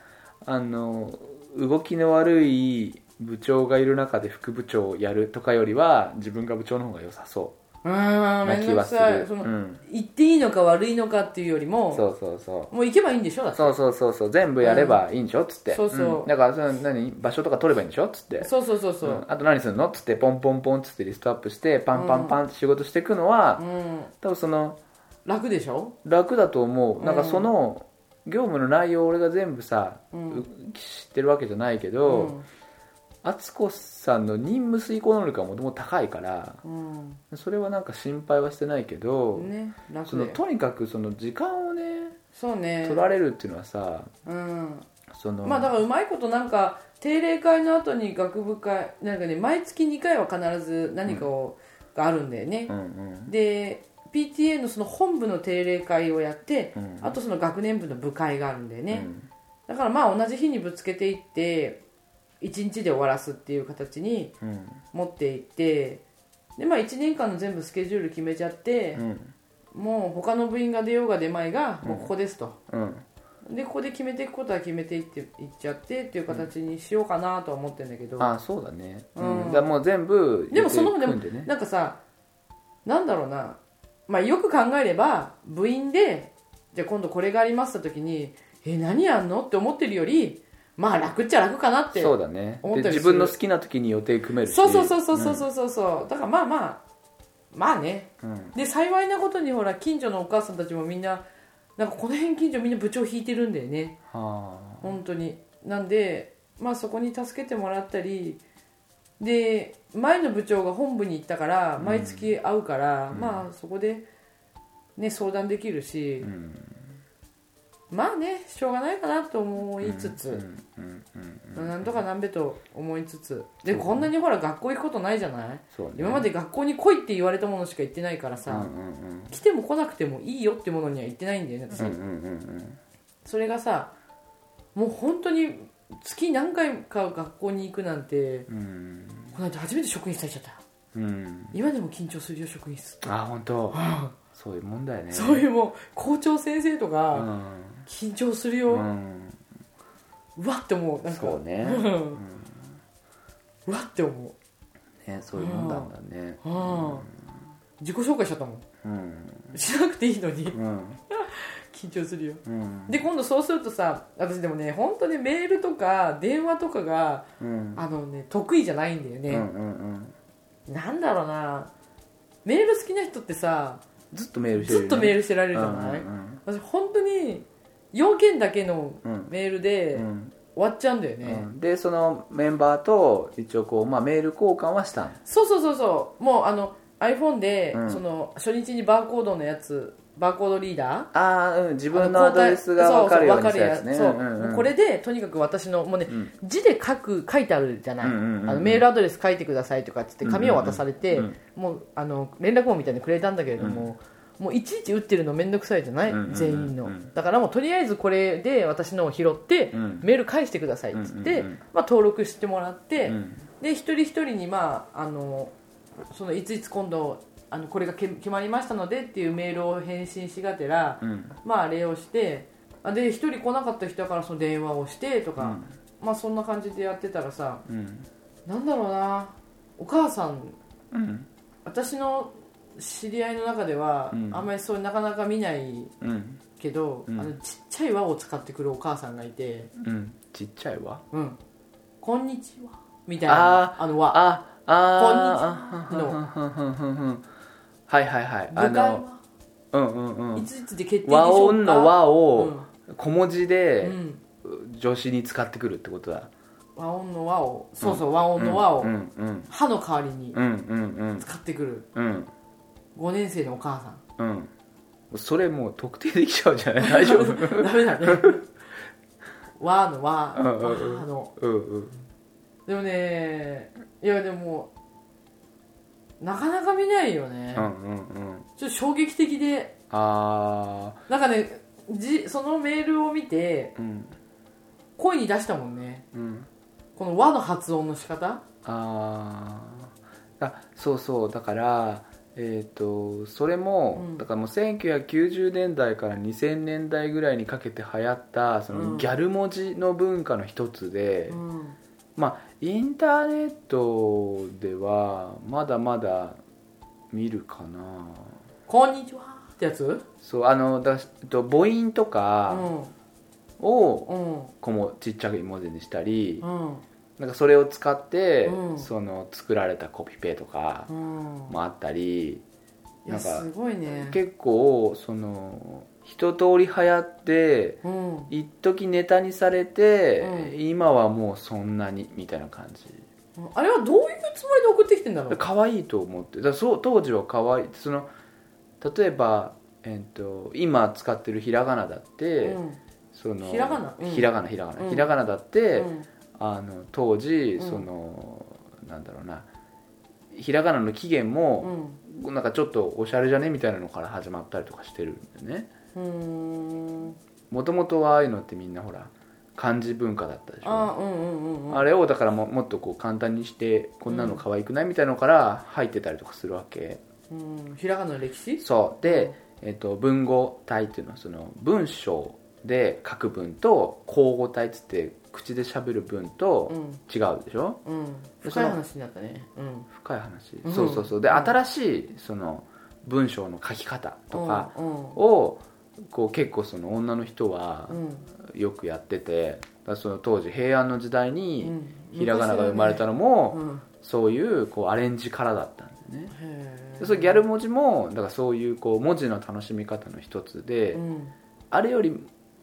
S3: あの動きの悪い部長がいる中で副部長をやるとかよりは自分が部長の方が良さそうう
S4: ー
S3: んな
S4: 面
S3: 気
S4: 倒
S3: は
S4: く
S3: す
S4: さい
S3: る
S4: その、
S3: うん
S4: 行っていいのか悪いのかっていうよりも
S3: そうそうそう
S4: もう行けばいいんでしょだって
S3: そうそうそうそう全部やればいいんでしょっつって、
S4: そうそうん
S3: だからその何場所とか取ればいいんでしょっつって
S4: そうそうそうそう
S3: うんあと何するのっつってポンポンポンっつってリストアップしてパンパンパンって仕事していくのは、
S4: うん
S3: 多分その
S4: 楽でしょ
S3: 楽だと思うなんか
S4: うん
S3: その業務の内容を俺が全部さ、
S4: ん
S3: う知ってるわけじゃないけど敦子、さんの任務遂行能力はもともと高いから
S4: うん、
S3: それはなんか心配はしてないけ
S4: う
S3: ど、
S4: ん、ね
S3: そ
S4: 楽
S3: の
S4: で
S3: とにかくその時間をね
S4: そうね
S3: 取られるっていうのはさ
S4: うん
S3: その
S4: まあだからうまいことなんか定例会の後に学部会なんかね毎月2回は必ず何かを、があるんだよね、
S3: うんうん
S4: で PTA のその本部の定例会をやって、
S3: ん
S4: あとその学年部の部会があるんだよね、
S3: うん
S4: だからまあ同じ日にぶつけていって1日で終わらすっていう形に
S3: うん
S4: 持っていってでまあ1年間の全部スケジュール決めちゃって
S3: う、ん
S4: もう他の部員が出ようが出まいが、もうここですと
S3: うん
S4: でここで決めていくことは決めていっていっちゃってっていう形にしようかなとは思ってんだけど、
S3: あそうだね、うん、
S4: うん
S3: だからもう全部
S4: でもその
S3: 予定
S4: でも
S3: 組んでね
S4: なんかさなんだろうなまあよく考えれば部員でじゃあ今度これがありますって時にえ何やんのって思ってるよりまあ楽っちゃ楽かなって
S3: そうだね
S4: 思っ
S3: で
S4: たりする
S3: 自分の好きな時に予定組めるし
S4: そうそうそうそうそうそうそうそうだからまあまあまあね
S3: うん、うん
S4: で幸いなことにほら近所のお母さんたちもみんななんかこの辺近所みんな部長引いてるんだよね
S3: はあ
S4: 本当になんでまあそこに助けてもらったりで前の部長が本部に行ったから毎月会うから、まあそこでね相談できるし
S3: う、ん
S4: まあねしょうがないかなと思いつつ、
S3: うんうんうんうん
S4: なんとかなんべと思いつつでこんなにほら学校行くことないじゃない
S3: そうね
S4: 今まで学校に来いって言われたものしか行ってないから
S3: う
S4: さ、
S3: んうんうん
S4: 来ても来なくてもいいよってものには言ってないんだよね私、
S3: うんうんうん
S4: それがさもう本当に月何回か学校に行くなんて
S3: うん
S4: この間初めて職員室入っちゃった
S3: うんうん
S4: 今でも緊張するよ職員室、
S3: あ本当そういうもんだよね
S4: そういううもう校長先生と
S3: う
S4: か
S3: ん、
S4: 緊張す
S3: う
S4: るよ、
S3: ん、
S4: うわって思うなんか
S3: そうね
S4: う
S3: うんん
S4: うわって思
S3: ねそういうもんなんだね
S4: う、うん、自己紹介しちゃったもん
S3: うん
S4: しなくていいのに
S3: うん
S4: 緊張するよ
S3: うん
S4: で今度そうするとさ私でもね本当ねメールとか電話とかが
S3: うん
S4: あのね得意じゃないんだよ
S3: うんう
S4: ね、
S3: んうん
S4: なんだろうなメール好きな人ってさ
S3: ずっとメールしてる、
S4: ずっとメールしてられるじゃない、
S3: うん
S4: 私本当に要件だけの
S3: うんうん
S4: メール
S3: う
S4: で
S3: んう
S4: 終
S3: ん
S4: わっちゃうんだよね、
S3: うんでそのメンバーと一応こう、まあ、メール交換はしたん
S4: そうそうそうそうもうあの iPhone で、
S3: うん
S4: その初日にバーコードのやつバーコードリーダー
S3: ああ、うん、自
S4: 自
S3: 分のアドレスが分かるようにしたやつね
S4: そう
S3: うんうんうん
S4: これでとにかく私のもうね、
S3: うん
S4: 字で書く書いてあるじゃない、
S3: うんうんうんうん
S4: あのメールアドレス書いてくださいとかっつって紙を渡されて、
S3: うんうん
S4: もうあの連絡網みたいにくれたんだけれども、もういちいち打ってるの面倒くさいじゃない、
S3: うんうんうん
S4: 全員の
S3: うん
S4: だからもうとりあえずこれで私のを拾って、
S3: うん
S4: メール返してくださいっつって、
S3: うんうんうん
S4: まあ、登録してもらって、
S3: うん
S4: で一人一人にまああのそのいついつ今度あのこれがけ決まりましたのでっていうメールを返信しがてら、
S3: うん
S4: まああれをしてあで一人来なかった人だからその電話をしてとか、まあそんな感じでやってたらさ
S3: うん
S4: なんだろうなお母さん
S3: うん
S4: 私の知り合いの中では、
S3: うん
S4: あんまりそうなかなか見ない
S3: うん
S4: けど、
S3: うん
S4: あのちっちゃい輪を使ってくるお母さんがいて
S3: うんちっちゃいわ
S4: 「うん、こんにちは」みたいなあの輪
S3: ああ
S4: こんにち
S3: のはいはいはい
S4: 「
S3: あ
S4: 誤解は
S3: のうんうんう
S4: い
S3: ん
S4: ついつで決定でし
S3: 和
S4: ょう
S3: 音
S4: か」
S3: の和
S4: う
S3: を
S4: ん
S3: 小文字
S4: う
S3: で
S4: ん、
S3: 助詞に使ってくるってことだ
S4: 和音の和をそうそう和音の和を、
S3: うんうん
S4: 歯の代わりに
S3: うんうん
S4: 使ってくる
S3: うんうん
S4: 5年生のお母さん
S3: うんそれもう特定できちゃうじゃ ない大丈夫
S4: ダメだね。わーのわー、
S3: うんうん
S4: わ
S3: うん
S4: ーの。
S3: うんうん
S4: でもね、いやでも、なかなか見ないよね
S3: う。んうんうん
S4: ちょっと衝撃的で、
S3: あ
S4: なんかね、じそのメールを見て、
S3: ーうん
S4: 声に出したもんね。
S3: うん
S4: この和の発音の仕方
S3: あーあそうそうだからえっ、とそれも、
S4: うん
S3: だからもう1990年代から2000年代ぐらいにかけて流行ったそ
S4: うん
S3: のギャル文字の文化の一つで、
S4: うん。
S3: インターネットではまだまだ見るかな
S4: こんにちはってやつう
S3: そうあのだ、えっと、母音とか
S4: ん。
S3: を
S4: うん。
S3: こもちっちゃく文字にしたり、
S4: うん。
S3: なんかそれを使って、
S4: うん
S3: その作られたコピペとか
S4: うん。
S3: もあったり。
S4: い
S3: な
S4: や、
S3: んか
S4: すごいね。
S3: 結構その一通り流行って
S4: うん。う
S3: 一時ネタにされて、
S4: うん
S3: 今はもうそんなにみたいな感じ
S4: んあれはどういうつもりで送ってきてんだろう
S3: 可愛いと思ってだからそう当時は可愛いその例えば、えっと今使ってるひらがなだって、
S4: うん。
S3: その
S4: ひらがなうん
S3: ひらがなひらがな、
S4: うん
S3: ひらがなだって、
S4: うん
S3: あの当時、
S4: うん
S3: そのなんだろうなひらがなの起源も、なんかちょっとおしゃれじゃねみたいなのから始まったりとかしてるんだよね
S4: うん。うん。
S3: もともとはああいうのってみんなほら漢字文化だったでしょ
S4: あ
S3: あ,、
S4: ーうんうんうんうん
S3: れをだからももっとこう簡単にしてこんなの可愛くないみたいのから入ってたりとかするわけ、
S4: うんひらがなの歴史
S3: そうで、えっと文語体っていうのはその文章で書く文と口語体っつって口で喋る文と
S4: うん
S3: 違うでしょ、
S4: うん
S3: で
S4: 深い話になったねうん
S3: 深い話、
S4: うん
S3: そうそうそうで
S4: うん
S3: 新しいその文章の書き方とか
S4: うん
S3: をこう結構その女の人は
S4: うん
S3: よくやっててだからその当時平安の時代
S4: う
S3: に
S4: ん
S3: ひらがなが生まれた
S4: の
S3: のも、
S4: うん
S3: そういうこうアレンジからだったんだよね
S4: へ
S3: でそのギャル文字もだからそういうこう文字の楽しみ方の一つで、
S4: うん
S3: あれより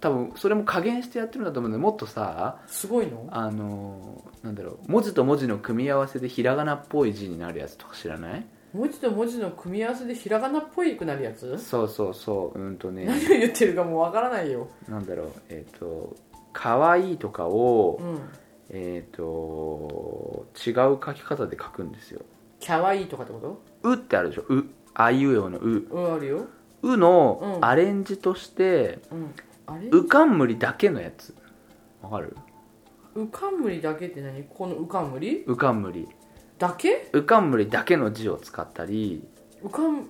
S3: 多分それも加減してやってるんだと思うんでもっとさ
S4: すごいの
S3: あのーなんだろう文字と文字の組み合わせでひらがなっぽい字になるやつとか知らない
S4: 文字と文字の組み合わせでひらがなっぽいくなるやつ
S3: そうそうそううんとね
S4: 何を言ってるかもうわからないよ
S3: なんだろうえっ、と「かわいい」とかを
S4: う、ん
S3: えっ、と違う書き方で書くんですよ
S4: キャワイイとかってこと
S3: 「う」ってあるでしょ「う」「あいうよ」の「う」
S4: うんあるよ
S3: 「う」の
S4: うん
S3: アレンジとして、
S4: うんあれ
S3: うかんむりだけのやつわかる
S4: うかんむりだけって何このうかんむり
S3: うかんむり
S4: だけ
S3: うかんむりだけの字を使ったり
S4: うかん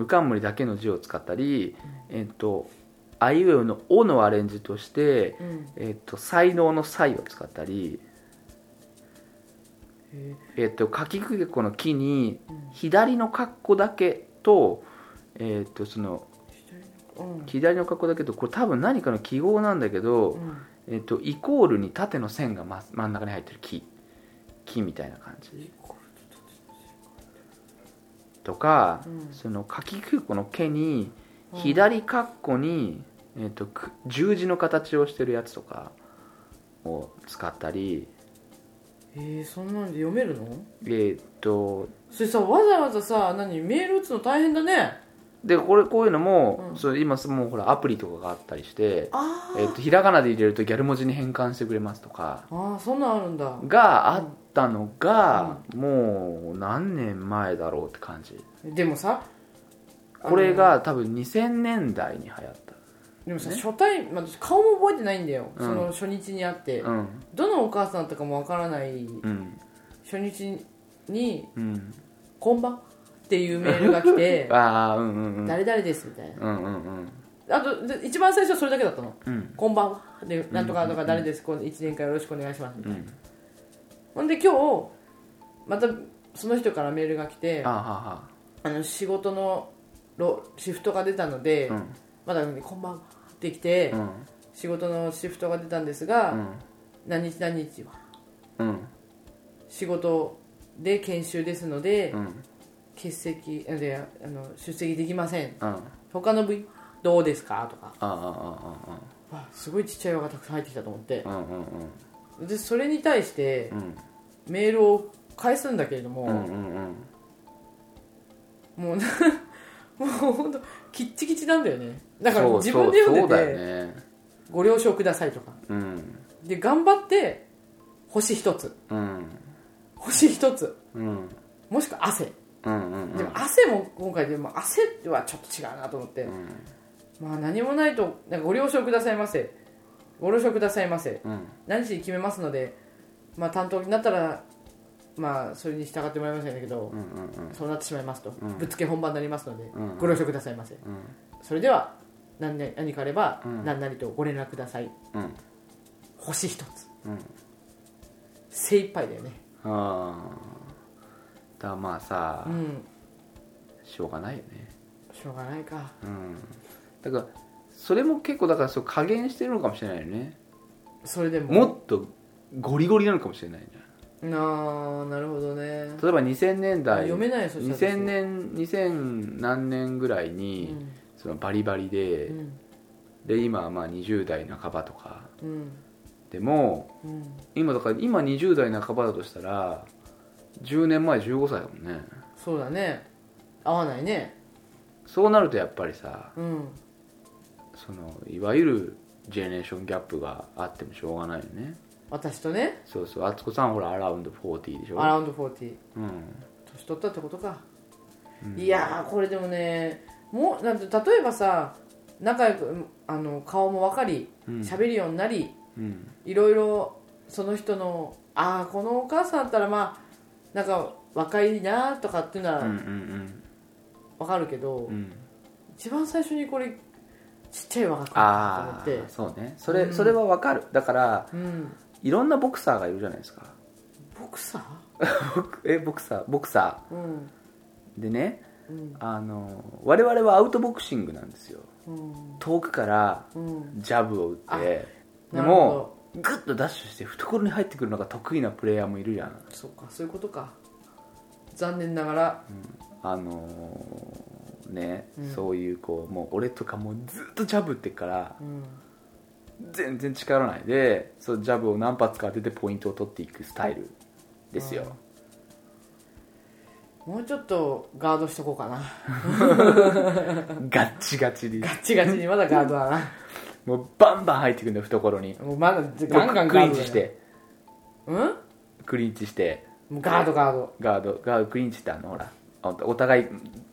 S3: うかんむりだけの字を使ったりえっとあいうえおの「お」のアレンジとして
S4: うん
S3: えっと才能の「才」を使ったり
S4: へ
S3: えっとかきくけこの「木」に
S4: うん
S3: 左の括弧だけとえっとその
S4: ーうん
S3: 左の括弧だけとこれ多分何かの記号なんだけど
S4: うん
S3: えっとイコールに縦の線がま真ん中に入ってる「木」木みたいな感じとか、
S4: うん
S3: その夏季空港の毛に左括弧に、えっとく十字の形をしてるやつとかを使ったり
S4: えー、そんなんで読めるの
S3: えーっと
S4: それさわざわざさ何メール打つの大変だね
S3: でこれこういうのも、
S4: うん
S3: そう今すもうほらアプリとかがあったりして、
S4: あ
S3: えっとひらがなで入れるとギャル文字に変換してくれますとか
S4: ああそんなんあるんだ
S3: があったのが、もう何年前だろうって感じ
S4: でもさ
S3: これが多分2000年代に流行っ
S4: でもさ、
S3: ね
S4: 初対面、まあ私顔も覚えてないんだよ、
S3: うん
S4: その初日に会って、
S3: たうん
S4: どのお母さんとかもわからない
S3: うん
S4: 初日に
S3: うん
S4: 「こんばん」っていうメールが来て
S3: ああうんう
S4: 「
S3: んうん
S4: 誰々です」みたい
S3: うんうんうん
S4: なあとで一番最初はそれだけだったの
S3: うん
S4: 「こんばんは」で「なんとかとか誰です、この1年間よろしくお願いします」みた
S3: う
S4: いな、
S3: ん
S4: ほんで今日またその人からメールが来て
S3: あ
S4: あ
S3: はは
S4: の仕事のロシフトが出たので、
S3: うん
S4: まだ、こんばんは」って来て、
S3: うん
S4: 仕事のシフトが出たんですが、
S3: うん
S4: 何日何日は
S3: うん
S4: 仕事で研修ですので、
S3: うん
S4: 欠席あであの出席できません
S3: うんあ
S4: 他の部員どうですかとか
S3: あああ
S4: わすごいちっちゃい輪がたくさん入ってきたと思って
S3: あうんうんうん
S4: でそれに対して
S3: うん
S4: メールを返すんだけれど
S3: うん
S4: も、
S3: うんうん
S4: もうな もう本当キッチキチなんだよねだから
S3: そう
S4: 自分で読んで
S3: そうそ
S4: て、
S3: うだよね
S4: ご了承くださいとか
S3: うん
S4: で頑張って星一つ
S3: うん
S4: 星一つ
S3: うん
S4: もしくは汗
S3: うんうんうん
S4: でも汗も今回でも汗はちょっと違うなと思って、
S3: うん
S4: まあ何もないとなんかご了承くださいませご了承くださいませ
S3: うん
S4: 何時に決めますので、まあ、担当になったら、まあ、それに従ってもらいましたけど、
S3: うんうんうん
S4: そうなってしまいますと、
S3: うん
S4: ぶっつけ本番になりますので、
S3: うん
S4: ご了承くださいませそれでは何々何かあれば
S3: うん
S4: 何なりとご連絡ください、
S3: うん
S4: 星一つ
S3: うん
S4: 精一杯だよね
S3: ああだからまあさ
S4: うん
S3: しょうがないよね
S4: しょうがないか
S3: うんだからそれも結構だからそう加減してるのかもしれないよね
S4: それでも
S3: もっとゴリゴリなのかもしれないね
S4: なあなるほどね
S3: 例えば2000年代
S4: 読めないよそしたら
S3: 2000年2000何年ぐらいに、そのバリバリで、
S4: うん
S3: で今はまあ20代半ばとか
S4: うん
S3: でも
S4: うん
S3: 今だから今20代半ばだとしたら10年前15歳だもんね
S4: そうだね合わないね
S3: そうなるとやっぱりさ
S4: うん
S3: そのいわゆるジェネレーションギャップがあってもしょうがないよね
S4: 私とね
S3: そうそう敦子さんほらアラウンド40でしょ
S4: アラウンド40
S3: うん
S4: 年取ったってことか、いやーこれでもねもうなんて例えばさ仲良くあの顔も分かり
S3: うん
S4: 喋、るようになり
S3: うん
S4: いろいろその人のああこのお母さんだったらまあなんか若いなとかっていうの
S3: うんうん
S4: は分かるけど、
S3: うんうん
S4: 一番最初にこれちっちゃい我が子だ
S3: あ
S4: と思っ
S3: あ
S4: て
S3: そうねそれ、
S4: うん
S3: それはわかるだから
S4: うん
S3: いろんなボクサーがいるじゃないですか
S4: ボクサ
S3: えボクサーボクサ
S4: ーうん
S3: ーでね
S4: うん
S3: あの我々はアウトボクシングなんですよ
S4: うん
S3: 遠くから
S4: うん
S3: ジャブを打って
S4: な
S3: で
S4: るほ
S3: もグッとダッシュして懐に入ってくるのが得意なプレイヤーもいるやん
S4: どそうかそういうことか残念ながら
S3: あのーね、
S4: うん
S3: そういうこうもう俺とかもうずっとジャブ打ってっから
S4: うん
S3: 全然力ないでそうジャブを何発か当ててポイントを取っていくスタイルですよ、
S4: もうちょっとガードしとこうかな
S3: ガッチガチに
S4: ガチガチにまだガードだな
S3: もうバンバン入ってくるんだよ懐に
S4: もうまだガンガン
S3: ク
S4: ガ
S3: リン
S4: ード
S3: チ
S4: だ
S3: し
S4: よ
S3: て
S4: うん
S3: クリンチして
S4: もうガードガード
S3: ガードガードクリンチってあのほらあのお互い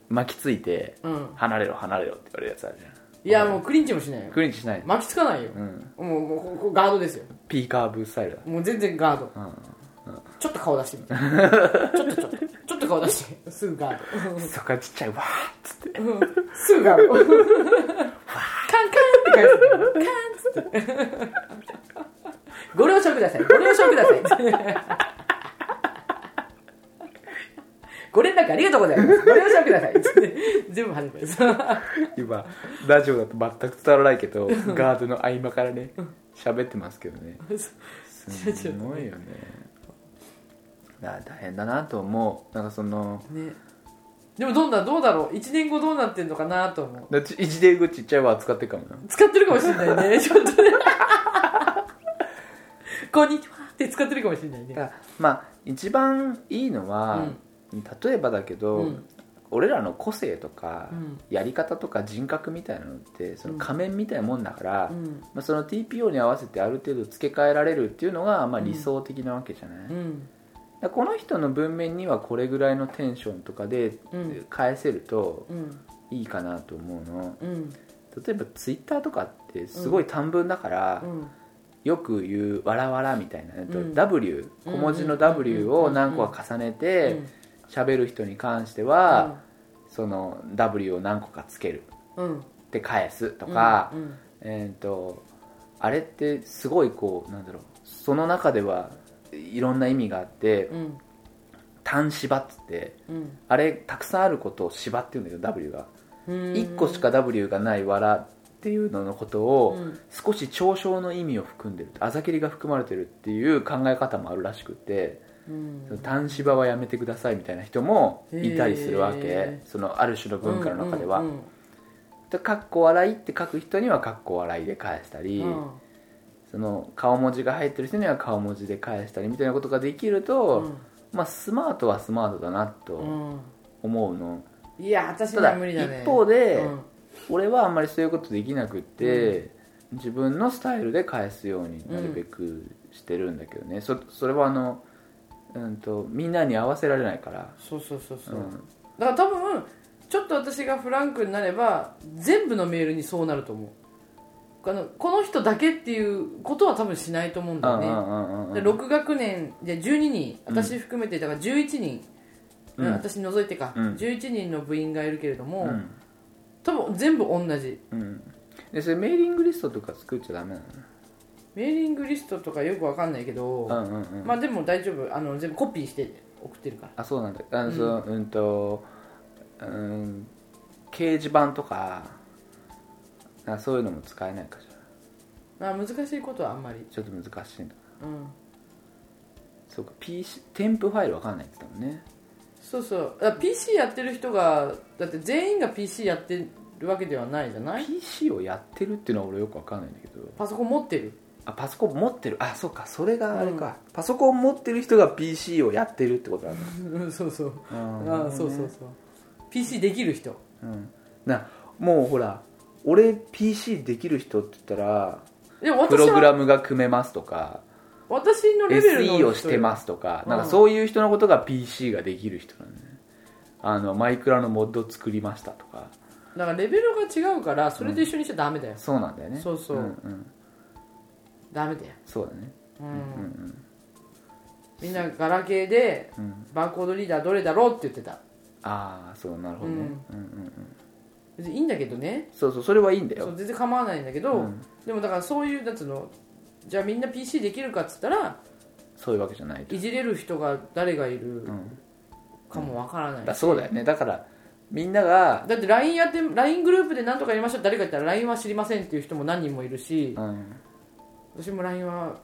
S3: 巻きついて
S4: うん
S3: 離れろ離れろって言われるやつあるじゃん
S4: いやもうクリンチもしないよ
S3: クリンチしないの
S4: 巻きつかないよ
S3: うん
S4: もうもうここガードですよ
S3: P カーブスタイルだ
S4: もう全然ガード
S3: うん
S4: ちょっと顔出してみ てちょっとちょっとちょっと顔出してすぐガード
S3: そっからちっちゃいわーっつって
S4: すぐガードカンカンって返すカンっつってご了承くださいご了承くださいご連絡ありがとうございますご了承ください全部始めます
S3: 今ラジオだと全く伝わらないけどガードの合間からね喋ってますけどねすごいよねだから大変だなと思うなんかその
S4: ねでもどんなどうだろう1年後どうなってんのかなと思う
S3: だち一でぐちっちゃいわ使ってるかもな
S4: 使ってるかもしれない ねちょっとねこんにちはって使ってるかもしれないね
S3: だからまあ一番いいのは、例えばだけど、
S4: うん
S3: 俺らの個性とか、
S4: うん
S3: やり方とか人格みたいなのってその
S4: うん
S3: 仮面みたいなもんだから、
S4: うん
S3: まあ、その TPO に合わせてある程度付け替えられるっていうのが、まあ、理想的なわけじゃない、
S4: う
S3: だか
S4: ん
S3: らこの人の文面にはこれぐらいのテンションとかで
S4: うん
S3: 返せると
S4: うん
S3: いいかなと思うの
S4: うん
S3: 例えば Twitter とかってすごい短文だから、
S4: うん
S3: よく言う「わらわら」みたいな、えっと
S4: うん
S3: W 小文字の W を何個か重ねて喋る人に関しては、その W を何個かつける
S4: うん
S3: で返すとか、
S4: うん
S3: えっとあれってすごいこうなんだろうその中ではいろんな意味があって
S4: うん
S3: 「単芝」っつって
S4: うん
S3: あれたくさんあることを芝っていうんだけど W が
S4: うん
S3: 1個しか W がない「わら」っていうののことを、
S4: うん
S3: 少し嘲笑の意味を含んでるあざけりが含まれてるっていう考え方もあるらしくて
S4: うん
S3: その単芝はやめてくださいみたいな人もいたりするわけ
S4: へ
S3: そのある種の文化の中では、
S4: うん
S3: でかっこ笑いって書く人にはかっこ笑いで返した
S4: う
S3: り、
S4: ん
S3: その顔文字が入ってる人には顔文字で返したりみたいなことができる
S4: う
S3: と、
S4: ん
S3: まあ、スマートはスマートだなと
S4: うん
S3: 思うの、
S4: いや私
S3: た
S4: には
S3: だ
S4: 無理だね
S3: 一方で、
S4: うん
S3: 俺はあんまりそういうことできなくって、自分のスタイルで返すようになるべくしてるんだけどね、そそれはあの、うん、とみんなに合わせられないから、
S4: そうそうそうそううんだから多分ちょっと私がフランクになれば全部のメールにそうなると思うあのこの人だけっていうことは多分しないと思うんだ
S3: うん
S4: よ
S3: う
S4: ね、
S3: んうんうん
S4: で6学年で12人私含めてだから11人、
S3: うん
S4: うん私除いてか、
S3: うん
S4: 11人の部員がいるけれども、
S3: うん
S4: 多分全部同じ
S3: うんでそれメーリングリストとか作っちゃダメな
S4: メーリングリストとかよくわかんないけど、
S3: のうんうんうん
S4: まあでも大丈夫あの全部コピーして送ってるから
S3: あそうなんだあのそのうんとうん掲示板とかあそういうのも使えないかしら
S4: まあ難しいことはあんまり、
S3: ちょっと難しいんだ
S4: うん、
S3: そうか PC 添付ファイルわかんないって言ってたもんね
S4: そうそうだから PC やってる人がだって全員が PC やってるわけではないじゃない
S3: PC をやってるっていうのは俺よくわかんないんだけど
S4: パソコン持ってる
S3: あパソコン持ってるあそうかそれがあれか、パソコン持ってる人が PC をやってるってことなんだ
S4: うんそうそう
S3: あ
S4: あそうそうそう PC できる人
S3: う、うん、なもうほら俺 PC できる人って言ったら
S4: でも
S3: プロ
S4: 私
S3: グ
S4: は
S3: ラムが組めますとか
S4: 私のレベルの
S3: SE をしてますとか、
S4: うん
S3: なんかそういう人のことが PC ができる人なのねあのマイクラのモッド作りましたとか
S4: だからレベルが違うからそれと一緒にしちゃダメだよ、
S3: そうなんだよね
S4: そうそうん
S3: うん、
S4: ダメだよ、
S3: そうだね
S4: うん
S3: うんうん
S4: みんなガラケーで
S3: うん
S4: バーコードリーダーどれだろうって言ってた
S3: ああそうなるほどね、うんうんうん
S4: 別にいいんだけどね
S3: そうそうそれはいいんだ
S4: そ
S3: よ
S4: う全然構わないんだけど、
S3: うん
S4: でもだからそういうなんつうのじゃあみんな PC できるかっつったら
S3: そういうわけじゃないと
S4: いじれる人が誰がいる
S3: うん
S4: かもわからない、
S3: だそうだよねだからみんなが、
S4: だって LINE やって LINE グループで何とかやりましょうって誰か言ったら LINE は知りませんっていう人も何人もいるし
S3: うん、
S4: 私も LINE は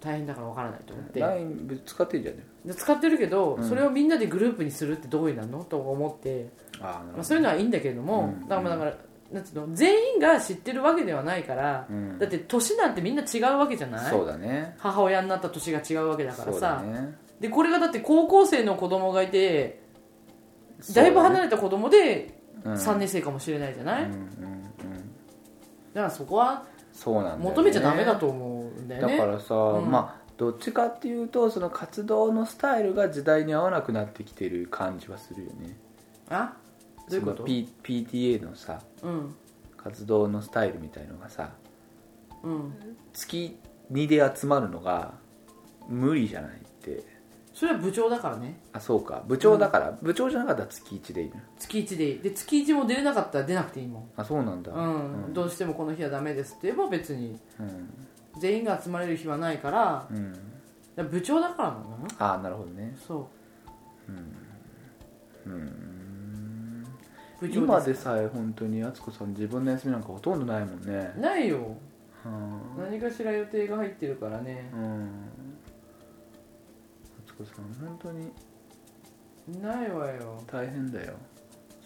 S4: 大変だからわからないと思って、
S3: LINE ぶつかってんじゃん
S4: で使ってるけど、それをみんなでグループにするってどういうなのと思って、
S3: ああな
S4: まあ、そういうのはいいんだけれども、
S3: うん
S4: だからまあだからなんつうの全員が知ってるわけではないから、
S3: うん
S4: だって年なんてみんな違うわけじゃない
S3: そうだね
S4: 母親になった年が違うわけだから
S3: そうだ、
S4: さ
S3: ね
S4: でこれがだって高校生の子供がいてだいぶ離れた子供で3年生かもしれないじゃない、
S3: うんうんうん
S4: だからそこは
S3: そうなんだよね
S4: 求めちゃダメだと思うんだよね
S3: だからさ、
S4: うん
S3: まあどっちかっていうとその活動のスタイルが時代に合わなくなってきてる感じはするよね
S4: あどういうこと
S3: その P PTA のさ
S4: うん
S3: 活動のスタイルみたいのがさ
S4: うん
S3: 月2で集まるのが無理じゃないって
S4: それは部長だからね
S3: あそうか部長だから、部長じゃなかったら月1でいいの
S4: 月1でいいで月1も出れなかったら出なくていいもん
S3: あそうなんだ
S4: うん、どうしてもこの日はダメですって言えば別に
S3: うん
S4: 全員が集まれる日はないから
S3: うん
S4: だから部長だからなのかな
S3: ああなるほどね
S4: そううん部長
S3: 今
S4: です
S3: でさえ本当に敦子さん自分の休みなんかほとんどないもんね
S4: ないよ
S3: うん
S4: 何かしら予定が入ってるからね
S3: うん敦子さん本当に
S4: ないわよ
S3: 大変だよ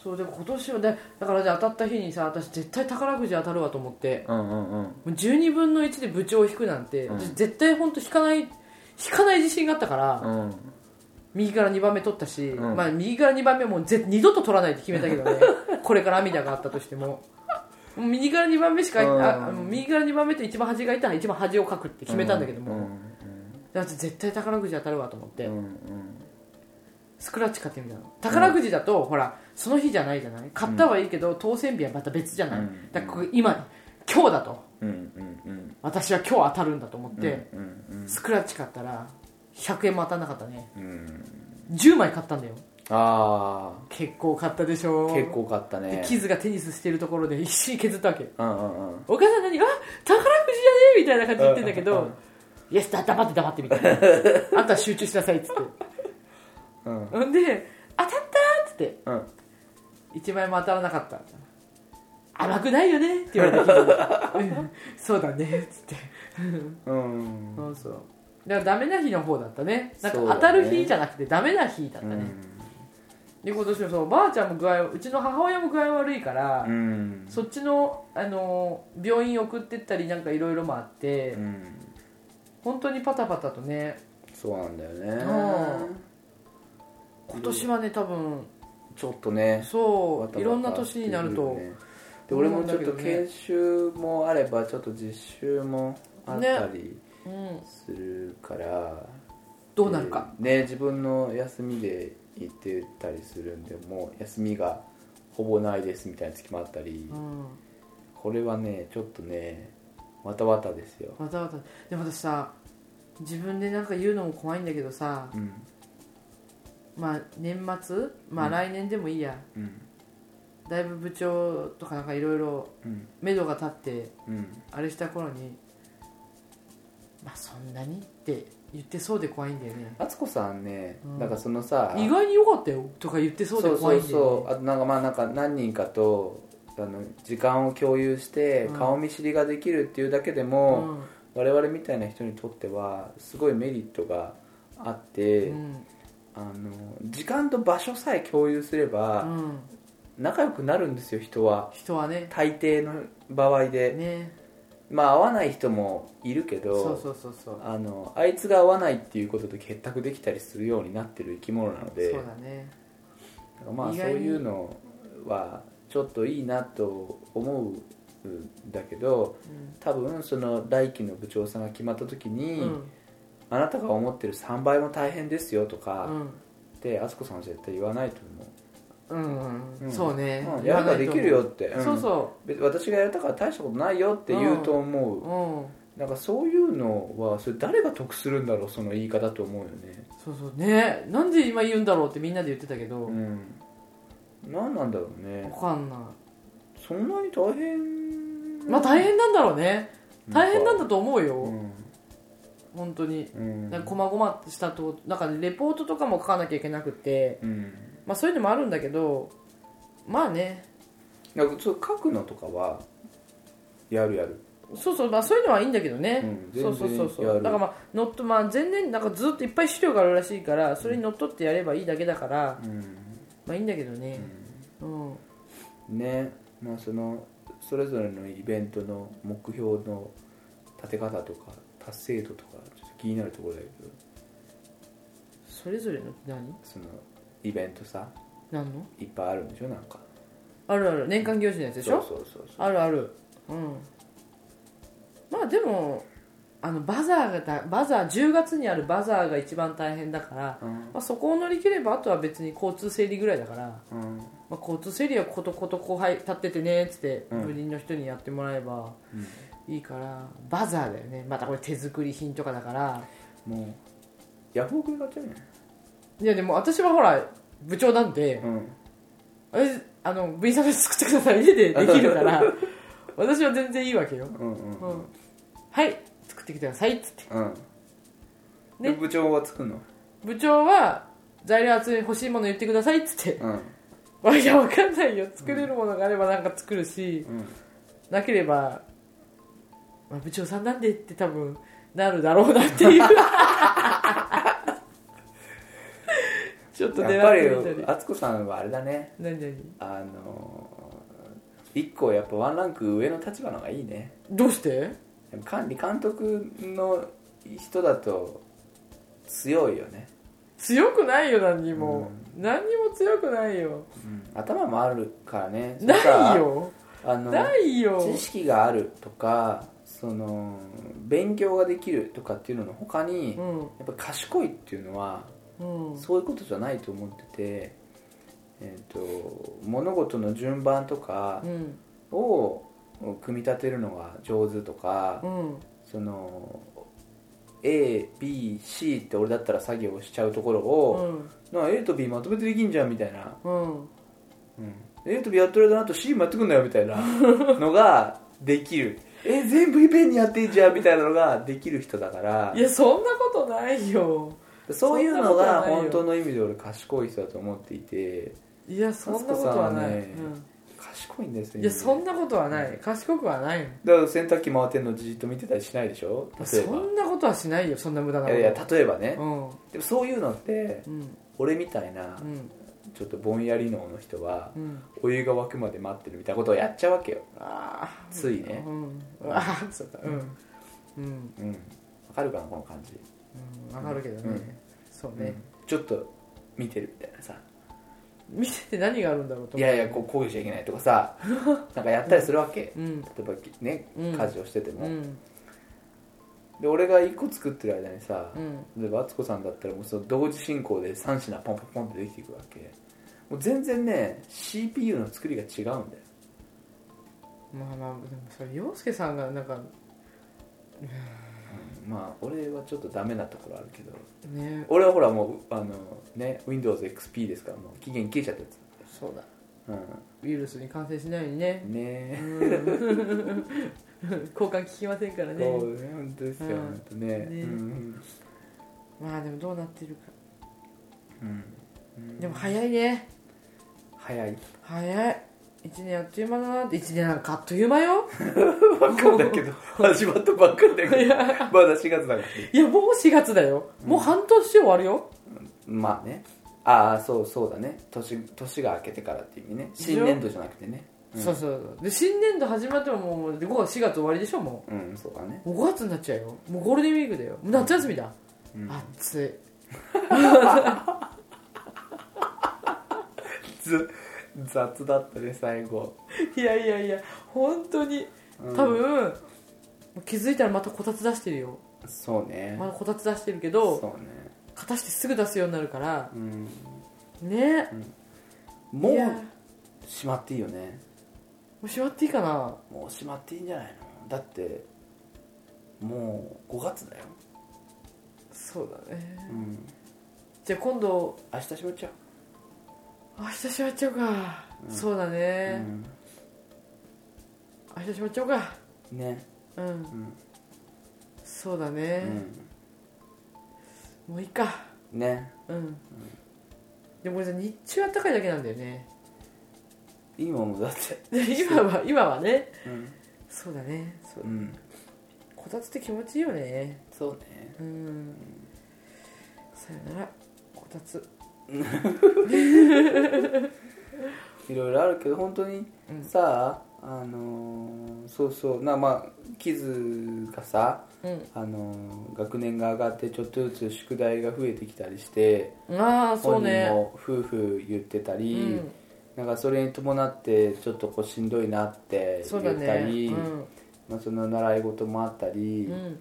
S4: そうで今年はだだからね当たった日にさ私絶対宝くじ当たるわと思って
S3: うんうんうん
S4: もう12分の1で部長を引くなんて、
S3: うん
S4: 私絶対本当引かない引かない自信があったから、
S3: うん
S4: 右から2番目取ったし、
S3: うん
S4: まあ、右から2番目はもうぜ二度と取らないって決めたけど ねこれから涙があったとしてももう右から2番目しか
S3: うん
S4: あもう右から2番目と一番端がいたら一番端を書くって決めたんだけども、
S3: うん
S4: だって絶対宝くじ当たるわと思って、
S3: うんうん
S4: スクラッチ買ってみたの宝くじだと、ほらその日じゃないじゃない買ったはいいけど、当選日はまた別じゃない、
S3: うん
S4: だからこれ今今日だと
S3: うんうんうん
S4: 私は今日当たるんだと思って、
S3: うんうん
S4: スクラッチ買ったら100円も当たんなかったね
S3: うん
S4: 10枚買ったんだよ
S3: あ
S4: 結構買ったでし
S3: あ
S4: ょ
S3: 結構かったね
S4: でキズがテニスしてるところで一瞬削ったわけ
S3: うんうんうん
S4: お母さん何あ宝くじじゃねえみたいな感じで言ってんだけど「イエスだ黙って黙って」み たいな「あんたは集中しなさい」っつって
S3: うん
S4: ほんで「当たった!」っつって
S3: うん
S4: 1枚も当たらなかった甘くないよねって言われたキズにうんそうだねっつって
S3: うん
S4: そうそうだからダメな日の方だったねなんか
S3: そうだ
S4: 当
S3: ね
S4: たる日じゃなくてダメな日だった
S3: う
S4: ね
S3: ん
S4: で今年もそうばあちゃんも具合うちの母親も具合悪いから、
S3: うん
S4: そっちの、あのー病院送ってったりなんかいろいろもあって、
S3: うん
S4: 本当にパタパタとね
S3: そうなんだよ
S4: う
S3: ね
S4: 今年はね多分
S3: ちょっとね
S4: そ
S3: バタバ
S4: う
S3: タ
S4: いろんな年になると
S3: っていうねで俺もちょっと研修もあればちょっと実習もあったり
S4: うん、
S3: するから、
S4: どうなるか、
S3: えーね自分の休みで行ってたりするんでもう休みがほぼないですみたいな月もあったり、
S4: うん
S3: これはねちょっとねわたわたですよ、
S4: わたわたでも私さ自分でなんか言うのも怖いんだけどさ
S3: うん
S4: まあ年末まあ
S3: うん
S4: 来年でもいいや、
S3: うん
S4: だいぶ部長とかなんかいろいろ
S3: うん
S4: 目処が立って
S3: うん、
S4: あれした頃にまあそんなにって言ってそうで怖いんだよね
S3: 敦子さんね、
S4: うん
S3: なんかそのさ
S4: 意外に良かったよとか言ってそうで怖いんだよ、ね、
S3: そうそうそうあとなんかまあなんか何人かとあの時間を共有して
S4: うん
S3: 顔見知りができるっていうだけで
S4: う
S3: も、
S4: ん
S3: 我々みたいな人にとってはすごいメリットがあって、
S4: うん
S3: あの時間と場所さえ共有すれ
S4: う
S3: ば
S4: ん、
S3: 仲良くなるんですよ人は
S4: 人はね
S3: 大抵の場合で、
S4: ね
S3: まあ合わない人もいるけど
S4: そうそうそうそう
S3: あのあいつが合わないっていうことと結託できたりするようになってる生き物なので
S4: そうだね
S3: まあそう
S4: 意外に
S3: いうのはちょっといいなと思うんだけど多分その来期の部長さんが決まった時
S4: う
S3: に、
S4: んうん
S3: あなたが思ってる3倍も大変ですよと
S4: う
S3: か
S4: ん
S3: ってあつこさんは絶対言わないと思
S4: うん
S3: う、
S4: う
S3: うん
S4: ん、そうね、
S3: うんやればできるよって、
S4: 言わないと思う、
S3: ん
S4: そ
S3: 別に私がやれたから大したことないよって言うと思う、
S4: うそう、
S3: なんかそういうのはそれ誰が得するんだろうその言い方と思うよね
S4: うん、そうそうねなんで今言うんだろうってみんなで言ってたけど、
S3: うん何なんだろうね
S4: わかんない
S3: そんなに大変
S4: まあ大変なんだろうね大変なんだと思うよ、
S3: うん
S4: 本当に
S3: うん
S4: なんか細々したとなんかねレポートとかも書かなきゃいけなくて
S3: うん
S4: まあそういうのもあるんだけどまあね
S3: だからそう書くのとかはやるやる
S4: そうそうまあそういうのはいいんだけどね、
S3: うん
S4: そうそ
S3: 全
S4: うそう
S3: 然や
S4: そう
S3: る
S4: だからまあのっとまあ前年なんかずっといっぱい資料があるらしいからそれにのっとってやればいいだけだから、
S3: うん
S4: まあいいんだけどねうん、
S3: ねまあそのそれぞれのイベントの目標の立て方とか達成度とかちょっと気になるところだけど
S4: それぞれの何
S3: そのイベントさ
S4: 何の
S3: いっぱいあるんでしょなんか
S4: あるある年間行事のやつでしょ
S3: そうそうそうそう
S4: あるあるうんまあでもあのバザーがだバザー10月にあるバザーが一番大変だから、
S3: うん
S4: まあ、そこを乗り切ればあとは別に交通整理ぐらいだから、
S3: うん
S4: まあ、交通整理はことこと後輩立っててねっつって
S3: うん
S4: 部員の人にやってもらえばいいから、バザーだよねまたこれ手作り品とかだから
S3: もうヤフオクで買っちゃうね
S4: いやでも私はほら部長なんで、
S3: うん
S4: 私あの部員さんが作ってください家でできるから 私は全然いいわけよ
S3: うんうんう
S4: う
S3: ん
S4: ん、はい作ってきてくださいっつって
S3: うんで
S4: ね
S3: 部長は作るの
S4: 部長は材料集め欲しいもの言ってくださいっつって
S3: うんうん
S4: わけわかんないよ作れるものがあればなんか作るし、なければ、まあ、部長さんなんでって多分なるだろうなっていう ちょっと狙
S3: やっぱ
S4: ってみ
S3: り
S4: たり
S3: 敦子さんはあれだね
S4: 何何
S3: あのー、一個やっぱワンランク上の立場の方がいいね
S4: どうして
S3: やっぱ管理監督の人だと強いよね、
S4: 強くないよ何にも、何にも強くないよ
S3: 頭もあるからねそれ
S4: な
S3: から
S4: いよ
S3: あの
S4: ないよ
S3: 知識があるとかその勉強ができるとかっていうのの他に、
S4: う
S3: や
S4: ん
S3: っぱ賢いっていうのは
S4: うん
S3: そういうことじゃないと思ってて、えー、と物事の順番とか
S4: うん
S3: を組み立てるのが上手とか、
S4: うん
S3: その ABC って俺だったら作業しちゃうところを、な A と B まとめてできんじゃんみたいな、
S4: うんうん
S3: A と B やってる間あと C 待ってくんなよみたいなのができる え全部いっぺんにやってんじゃんみたいなのができる人だから
S4: いやそんなことないよ
S3: そういう
S4: そ
S3: の
S4: んなことは
S3: が
S4: ないよ
S3: 本当の意味で俺賢い人だと思っていて
S4: いやそんなことは
S3: マツコ
S4: ない、
S3: さんはね
S4: う
S3: 賢いんですよ
S4: ん、いやそ
S3: ね
S4: んなことはない賢くはないよ
S3: だから洗濯機回ってんのじーっと見てたりしないでしょ例え
S4: そんなことはしないよそんな無駄な
S3: ば
S4: こ
S3: い
S4: と
S3: やいや例えばね、
S4: う
S3: で
S4: ん
S3: もそういうのって
S4: うん
S3: 俺みたいな、
S4: うん
S3: ちょっとぼんやり脳の人は、
S4: うん
S3: お湯が沸くまで待ってるみたいなことをやっちゃうわけよ
S4: あ
S3: つい
S4: あう
S3: ね
S4: んああそうだうんうん
S3: うんわかるかなこの感じ、
S4: うんわかるけどね、
S3: うん
S4: そう
S3: うん
S4: ね、
S3: ちょっと見てるみたいなさ
S4: 見てて何があるんだろうと
S3: い
S4: 思う
S3: やいやこうこうしちゃいけないとかさなんかやったりするわけ、
S4: うん
S3: 例えばね
S4: うん
S3: 家事をしてても、
S4: うん
S3: で俺が1個作ってる間にさ、
S4: うん
S3: 例えば敦子さんだったらもうその同時進行で3品ポンポンポンってできていくわけもう全然ね CPU の作りが違うんだよ
S4: まあまあでもそれ洋介さんがなんか
S3: まあ俺はちょっとダメなところあるけど
S4: ね
S3: 俺はほらもうあのね WindowsXP ですからもう期限切れちゃったやつ
S4: そうだ
S3: う
S4: ウイルスに感染しないようにね
S3: んね
S4: うん交換聞きませんから
S3: え、
S4: ね
S3: そうね本当ですよ、
S4: うん
S3: 本当ね
S4: ね
S3: うん
S4: まあでもどうなってるか
S3: うん
S4: でも早いね
S3: 早い
S4: 早い一年あっという間だなって一年なんかあっという間よ
S3: 分かんないけど始まったばっかりだけ
S4: い
S3: ど
S4: や
S3: まだ4月だから
S4: いやもう4月だよ、もう半年終わるよ
S3: まあねああそうそうだね年年が明けてからっていう意味ね新年度じゃなくてねうん
S4: そうそうで新年度始まってももう5月4月終わりでしょも
S3: うんそうだね
S4: うもう5月になっちゃうよもうゴールデンウィークだよもう夏休みだ、
S3: うん
S4: 暑い
S3: ず雑だったね最後
S4: いやいやいや本当に
S3: うん
S4: 多分、気づいたらまたこたつ出してるよ
S3: そうね
S4: まだこたつ出してるけど
S3: そうね
S4: 片してすぐ出すようになるから
S3: うん
S4: ね
S3: も
S4: いや
S3: う
S4: も
S3: しまっていいよね
S4: うしまっていいかな
S3: もうしまっていいんじゃないのだってもう5月だよ、
S4: そうだね
S3: うん、
S4: じゃあ今度
S3: 明日しまっちゃ
S4: 明日しまっちゃうか、そうだね、明日しまっちゃうか
S6: うんね
S4: うん、
S6: ん
S4: そうだ
S6: う
S4: ね、
S6: ん
S4: もういいか
S6: ね
S4: うん、でもこれさ日中は高いだけなんだよね
S6: 今もだって
S4: 今は今はね
S6: うん
S4: そうだね
S6: そう,、ん、
S4: こたつって気持ちいいよね
S6: そうね
S4: うんさよならこたつ
S6: いろいろあるけど本当に
S4: うん
S6: さあ、あのーそうそうなまあキズがさ
S4: うん
S6: あのー学年が上がってちょっとずつ宿題が増えてきたりして
S4: ああそう
S6: 本人
S4: ね
S6: も夫婦言ってた
S4: う
S6: り、
S4: ん
S6: なんかそれに伴ってちょっとこうしんどいなって
S4: そ
S6: 言
S4: うだ
S6: った
S4: ね
S6: り
S4: うん
S6: まあ、その習い事もあったり、
S4: うん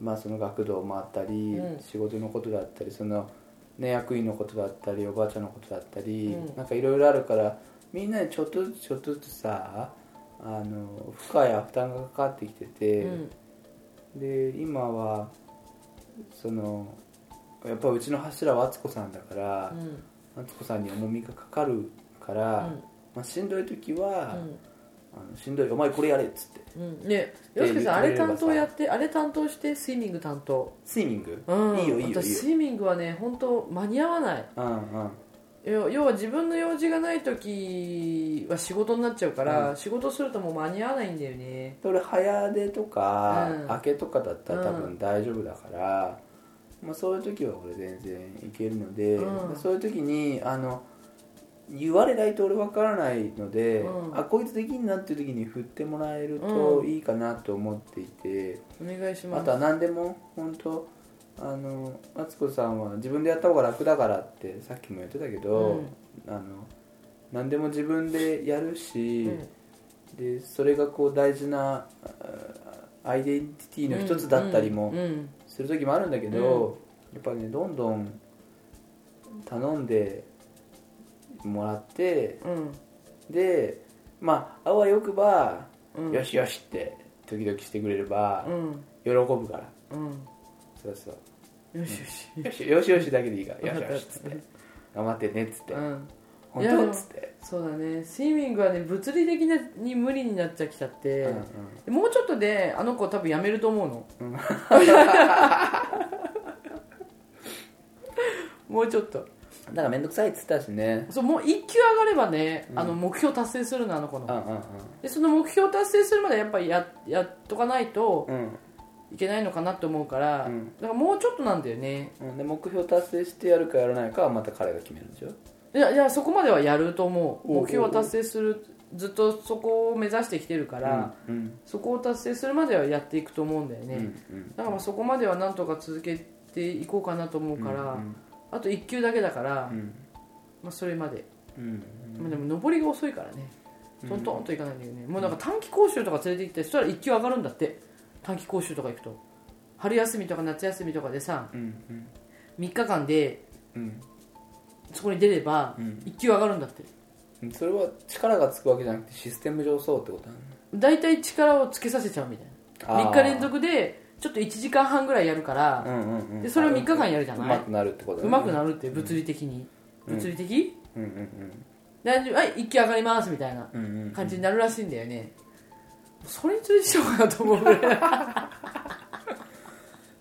S6: まあ、その学童もあったり、
S4: うん
S6: 仕事のことだったりその、ね、役員のことだったりおばあちゃんのことだったり、
S4: うん
S6: なんかいろいろあるからみんなにちょっとずつちょっとずつさあの負荷や負担がかかってきてて、
S4: うん
S6: で今はそのやっぱうちの柱は敦子さんだか
S4: う、
S6: ら
S4: ん
S6: 敦子さんに重みがかかるから、まあ、しんどい時は、
S4: うん
S6: あのしんどいお前これやれっつって
S4: うんね
S6: で
S4: よしきさんあれ
S6: 言ってく
S4: 担当
S6: れれば
S4: やってあれ担当してスイミング担当
S6: スイミング、
S4: うん
S6: いいよいいよい
S4: 私
S6: いよ
S4: スイミングはね本当間に合わない
S6: うんうん
S4: 要要は自分の用事がない時は仕事になっちゃうから、仕事するともう間に合わないんだよね
S6: 俺早出とか、
S4: うん
S6: 明けとかだったら多
S4: う
S6: 分大丈夫だから、まあ、そういう時は俺全然いけるので、
S4: うん
S6: まあそういう時にあの言われないと俺わからないので、
S4: うん
S6: あこいつできんなっていう時に振ってもらえると
S4: うん
S6: いいかなと思っていて、
S4: お願いし
S6: あ
S4: ます
S6: とは何でも本当あの敦子さんは自分でやった方が楽だからってさっきも言ってたけど、あの何でも自分でやるし、
S4: うん
S6: でそれがこう大事なあアイデンティティの一つだったり
S4: うん
S6: も
S4: うん
S6: する時もあるんだけど、やっぱねどんどん頼んでもらって
S4: うん
S6: でまああわよくば、
S4: うん
S6: よしよしって時々してくれれば、
S4: うん
S6: 喜ぶから
S4: うん
S6: そうそう
S4: よしよし
S6: よしよしよしだけでいいから
S4: わ
S6: よし
S4: かった
S6: よしっつって頑張ってねっつって、
S4: うん
S6: 本
S4: いやで
S6: 当
S4: も
S6: っつって、
S4: そうだねスイミングはね物理的に無理になっちゃきちゃって、
S6: うんうん
S4: もうちょっとであの子多分やめると思うの、
S6: うん
S4: もうちょっと
S6: だから面倒くさいっつったしね
S4: そうもう1級上がればね、あの目標達成するのあの子の
S6: うんうん
S4: でその目標達成するまでやっぱりややっとかないと
S6: うんうん
S4: いけないのかなと思うから、
S6: うん
S4: だからもうちょっとなんだよね
S6: うんで目標達成してやるかやらないかはまた彼が決めるんでしょ
S4: いやいやそこまではやると思う
S6: おうおうおう
S4: 目標は達成するずっとそこを目指してきてるから、
S6: うん
S4: そこを達成するまではやっていくと思うんだよ
S6: う
S4: ね、
S6: んうん
S4: だからまあそこまではなんとか続けていこうかなと思うから、
S6: うん
S4: あと1級だけだから、
S6: うん
S4: まあ、それまで、
S6: うん
S4: まあ、でも上りが遅いからねトントンといかないんだよね、もうなんか短期講習とか連れて行ってそしたら1級上がるんだって短期講習とか行くと春休みとか夏休みとかでさ
S6: うんうん
S4: 3日間で
S6: うん
S4: そこに出れば
S6: うん
S4: 1級上がるんだって
S6: うんそれは力がつくわけじゃなくてシステム上そうってことなの
S4: 大体力をつけさせちゃうみたいな
S6: あー
S4: 3日連続でちょっと1時間半ぐらいやるから、
S6: うんうんうん
S4: でそれを3日間やるじゃ
S6: う
S4: な
S6: ま
S4: い
S6: くなるってことだ
S4: う
S6: よ
S4: まくなるって物理的に、
S6: うん
S4: 物理的
S6: うんうん
S4: 大丈夫はい1級上がりますみたいな
S6: うんうんうん
S4: 感じになるらしいんだよね、それに通じちゃおうかなと思うぐらい
S6: だか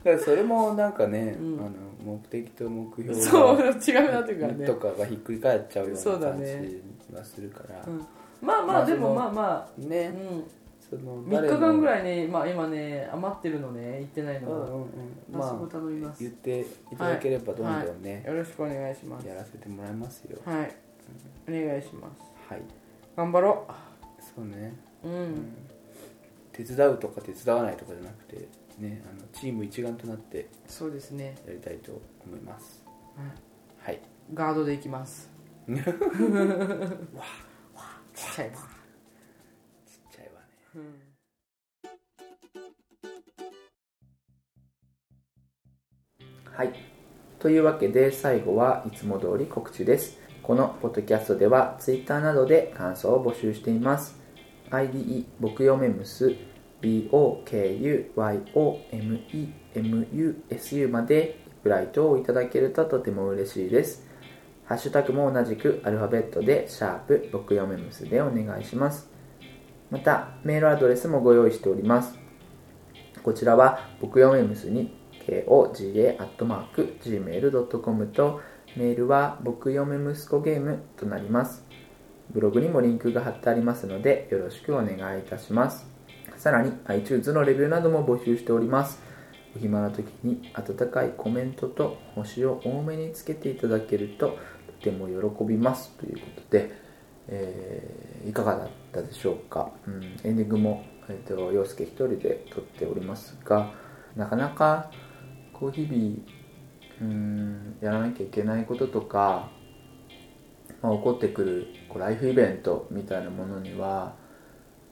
S6: らそれもなんかね、
S4: うん
S6: あの目的と目標 が
S4: そう違うなっていうからね
S6: とかがひっくり返っちゃうよ
S4: そう
S6: うな
S4: だ
S6: 感
S4: ね
S6: じがするから、
S4: うんまあま
S6: ま
S4: あ
S6: あ
S4: でも
S6: そ
S4: まあ
S6: の
S4: まあ、う
S6: ね
S4: ん、
S6: その
S4: 3日間ぐ
S6: い、
S4: らいね、まあ、今ね余ってるのね行ってない
S6: うんう
S4: の
S6: んうん、
S4: が、あ、そこ
S6: まあ
S4: 頼みます
S6: 言
S4: よ
S6: っていただければどんどんね、
S4: ろしくお願いします
S6: やらせてもらいますよ
S4: はいお願いします
S6: はい
S4: 頑張ろ
S6: そうね
S4: ううん
S6: 手伝うとか手伝わないとかじゃなくてねあのチーム一丸となって
S4: そうですね
S6: やりたいと思いますはい
S4: ガードでいきます
S6: わ
S4: わちっちゃいわ
S6: ちっちゃいわね
S4: うん
S3: はい。というわけで最後はいつも通り告知です。このポッドキャストでは Twitter などで感想を募集しています。IDE 僕よめむす BOKUYOMEMUSU までリプライ等をいただけるととても嬉しいです。ハッシュタグも同じくアルファベットで、シャープ僕嫁むすでお願いします。また、メールアドレスもご用意しております。こちらは、僕嫁むすに、koga.gmail.com と、メールは、僕嫁息子ゲームとなります。ブログにもリンクが貼ってありますので、よろしくお願いいたします。さらに、iTunes のレビューなども募集しております。お暇な時に温かいコメントと星を多めにつけていただけるととても喜びますということで、えーいかがだったでしょうか、うん、エンディングも、えー、と陽介一人で撮っておりますがなかなかこう日々うんやらなきゃいけないこととか、まあ、起こってくるこうライフイベントみたいなものには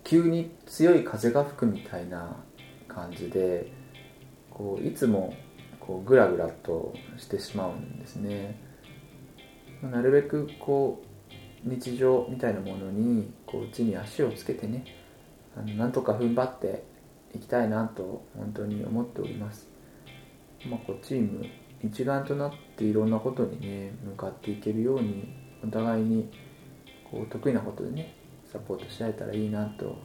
S3: 急に強い風が吹くみたいな感じでこういつもこうグラグラとしてしまうんですねなるべくこう日常みたいなものにこう地に足をつけてねあのなんとか踏ん張っていきたいなと本当に思っております、まあ、こうチーム一丸となっていろんなことにね向かっていけるようにお互いにこう得意なことでねサポートし合えたらいいなと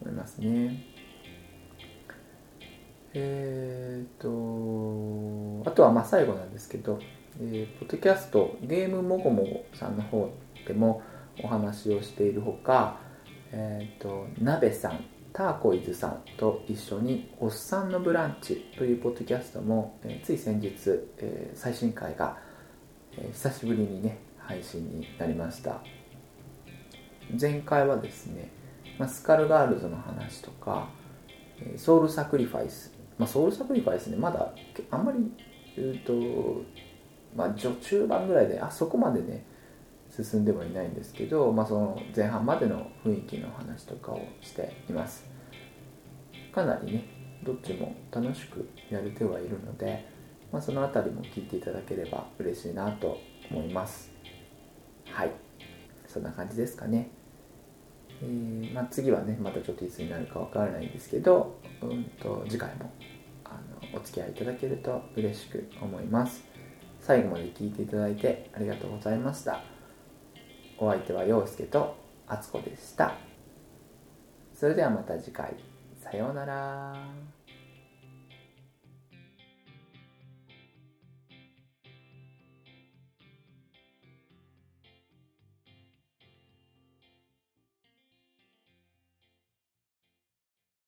S3: 思いますねえー、とあとはまあ最後なんですけど、えーポッドキャストゲームもごもごさんの方でもお話をしているほか、えー、となべさんターコイズさんと一緒に「おっさんのブランチ」というポッドキャストも、えーつい先日、えー最新回が、えー久しぶりにね配信になりました前回はですね、まあ、スカルガールズの話とかえーソウルサクリファイス、まあ、ソウルサクリファイスねまだけあんまりえーとまあ序中盤ぐらいであそこまでね進んでもいないんですけど、まあ、その前半までの雰囲気の話とかをしていますかなりねどっちも楽しくやれてはいるので、まあ、その辺りも聞いていただければ嬉しいなと思いますはいそんな感じですかねえーまあ、次はねまたちょっといつになるかわからないんですけど、うん、と次回もあのお付き合いいただけると嬉しく思います最後まで聞いていただいてありがとうございましたお相手は陽介とあつこでしたそれではまた次回さようなら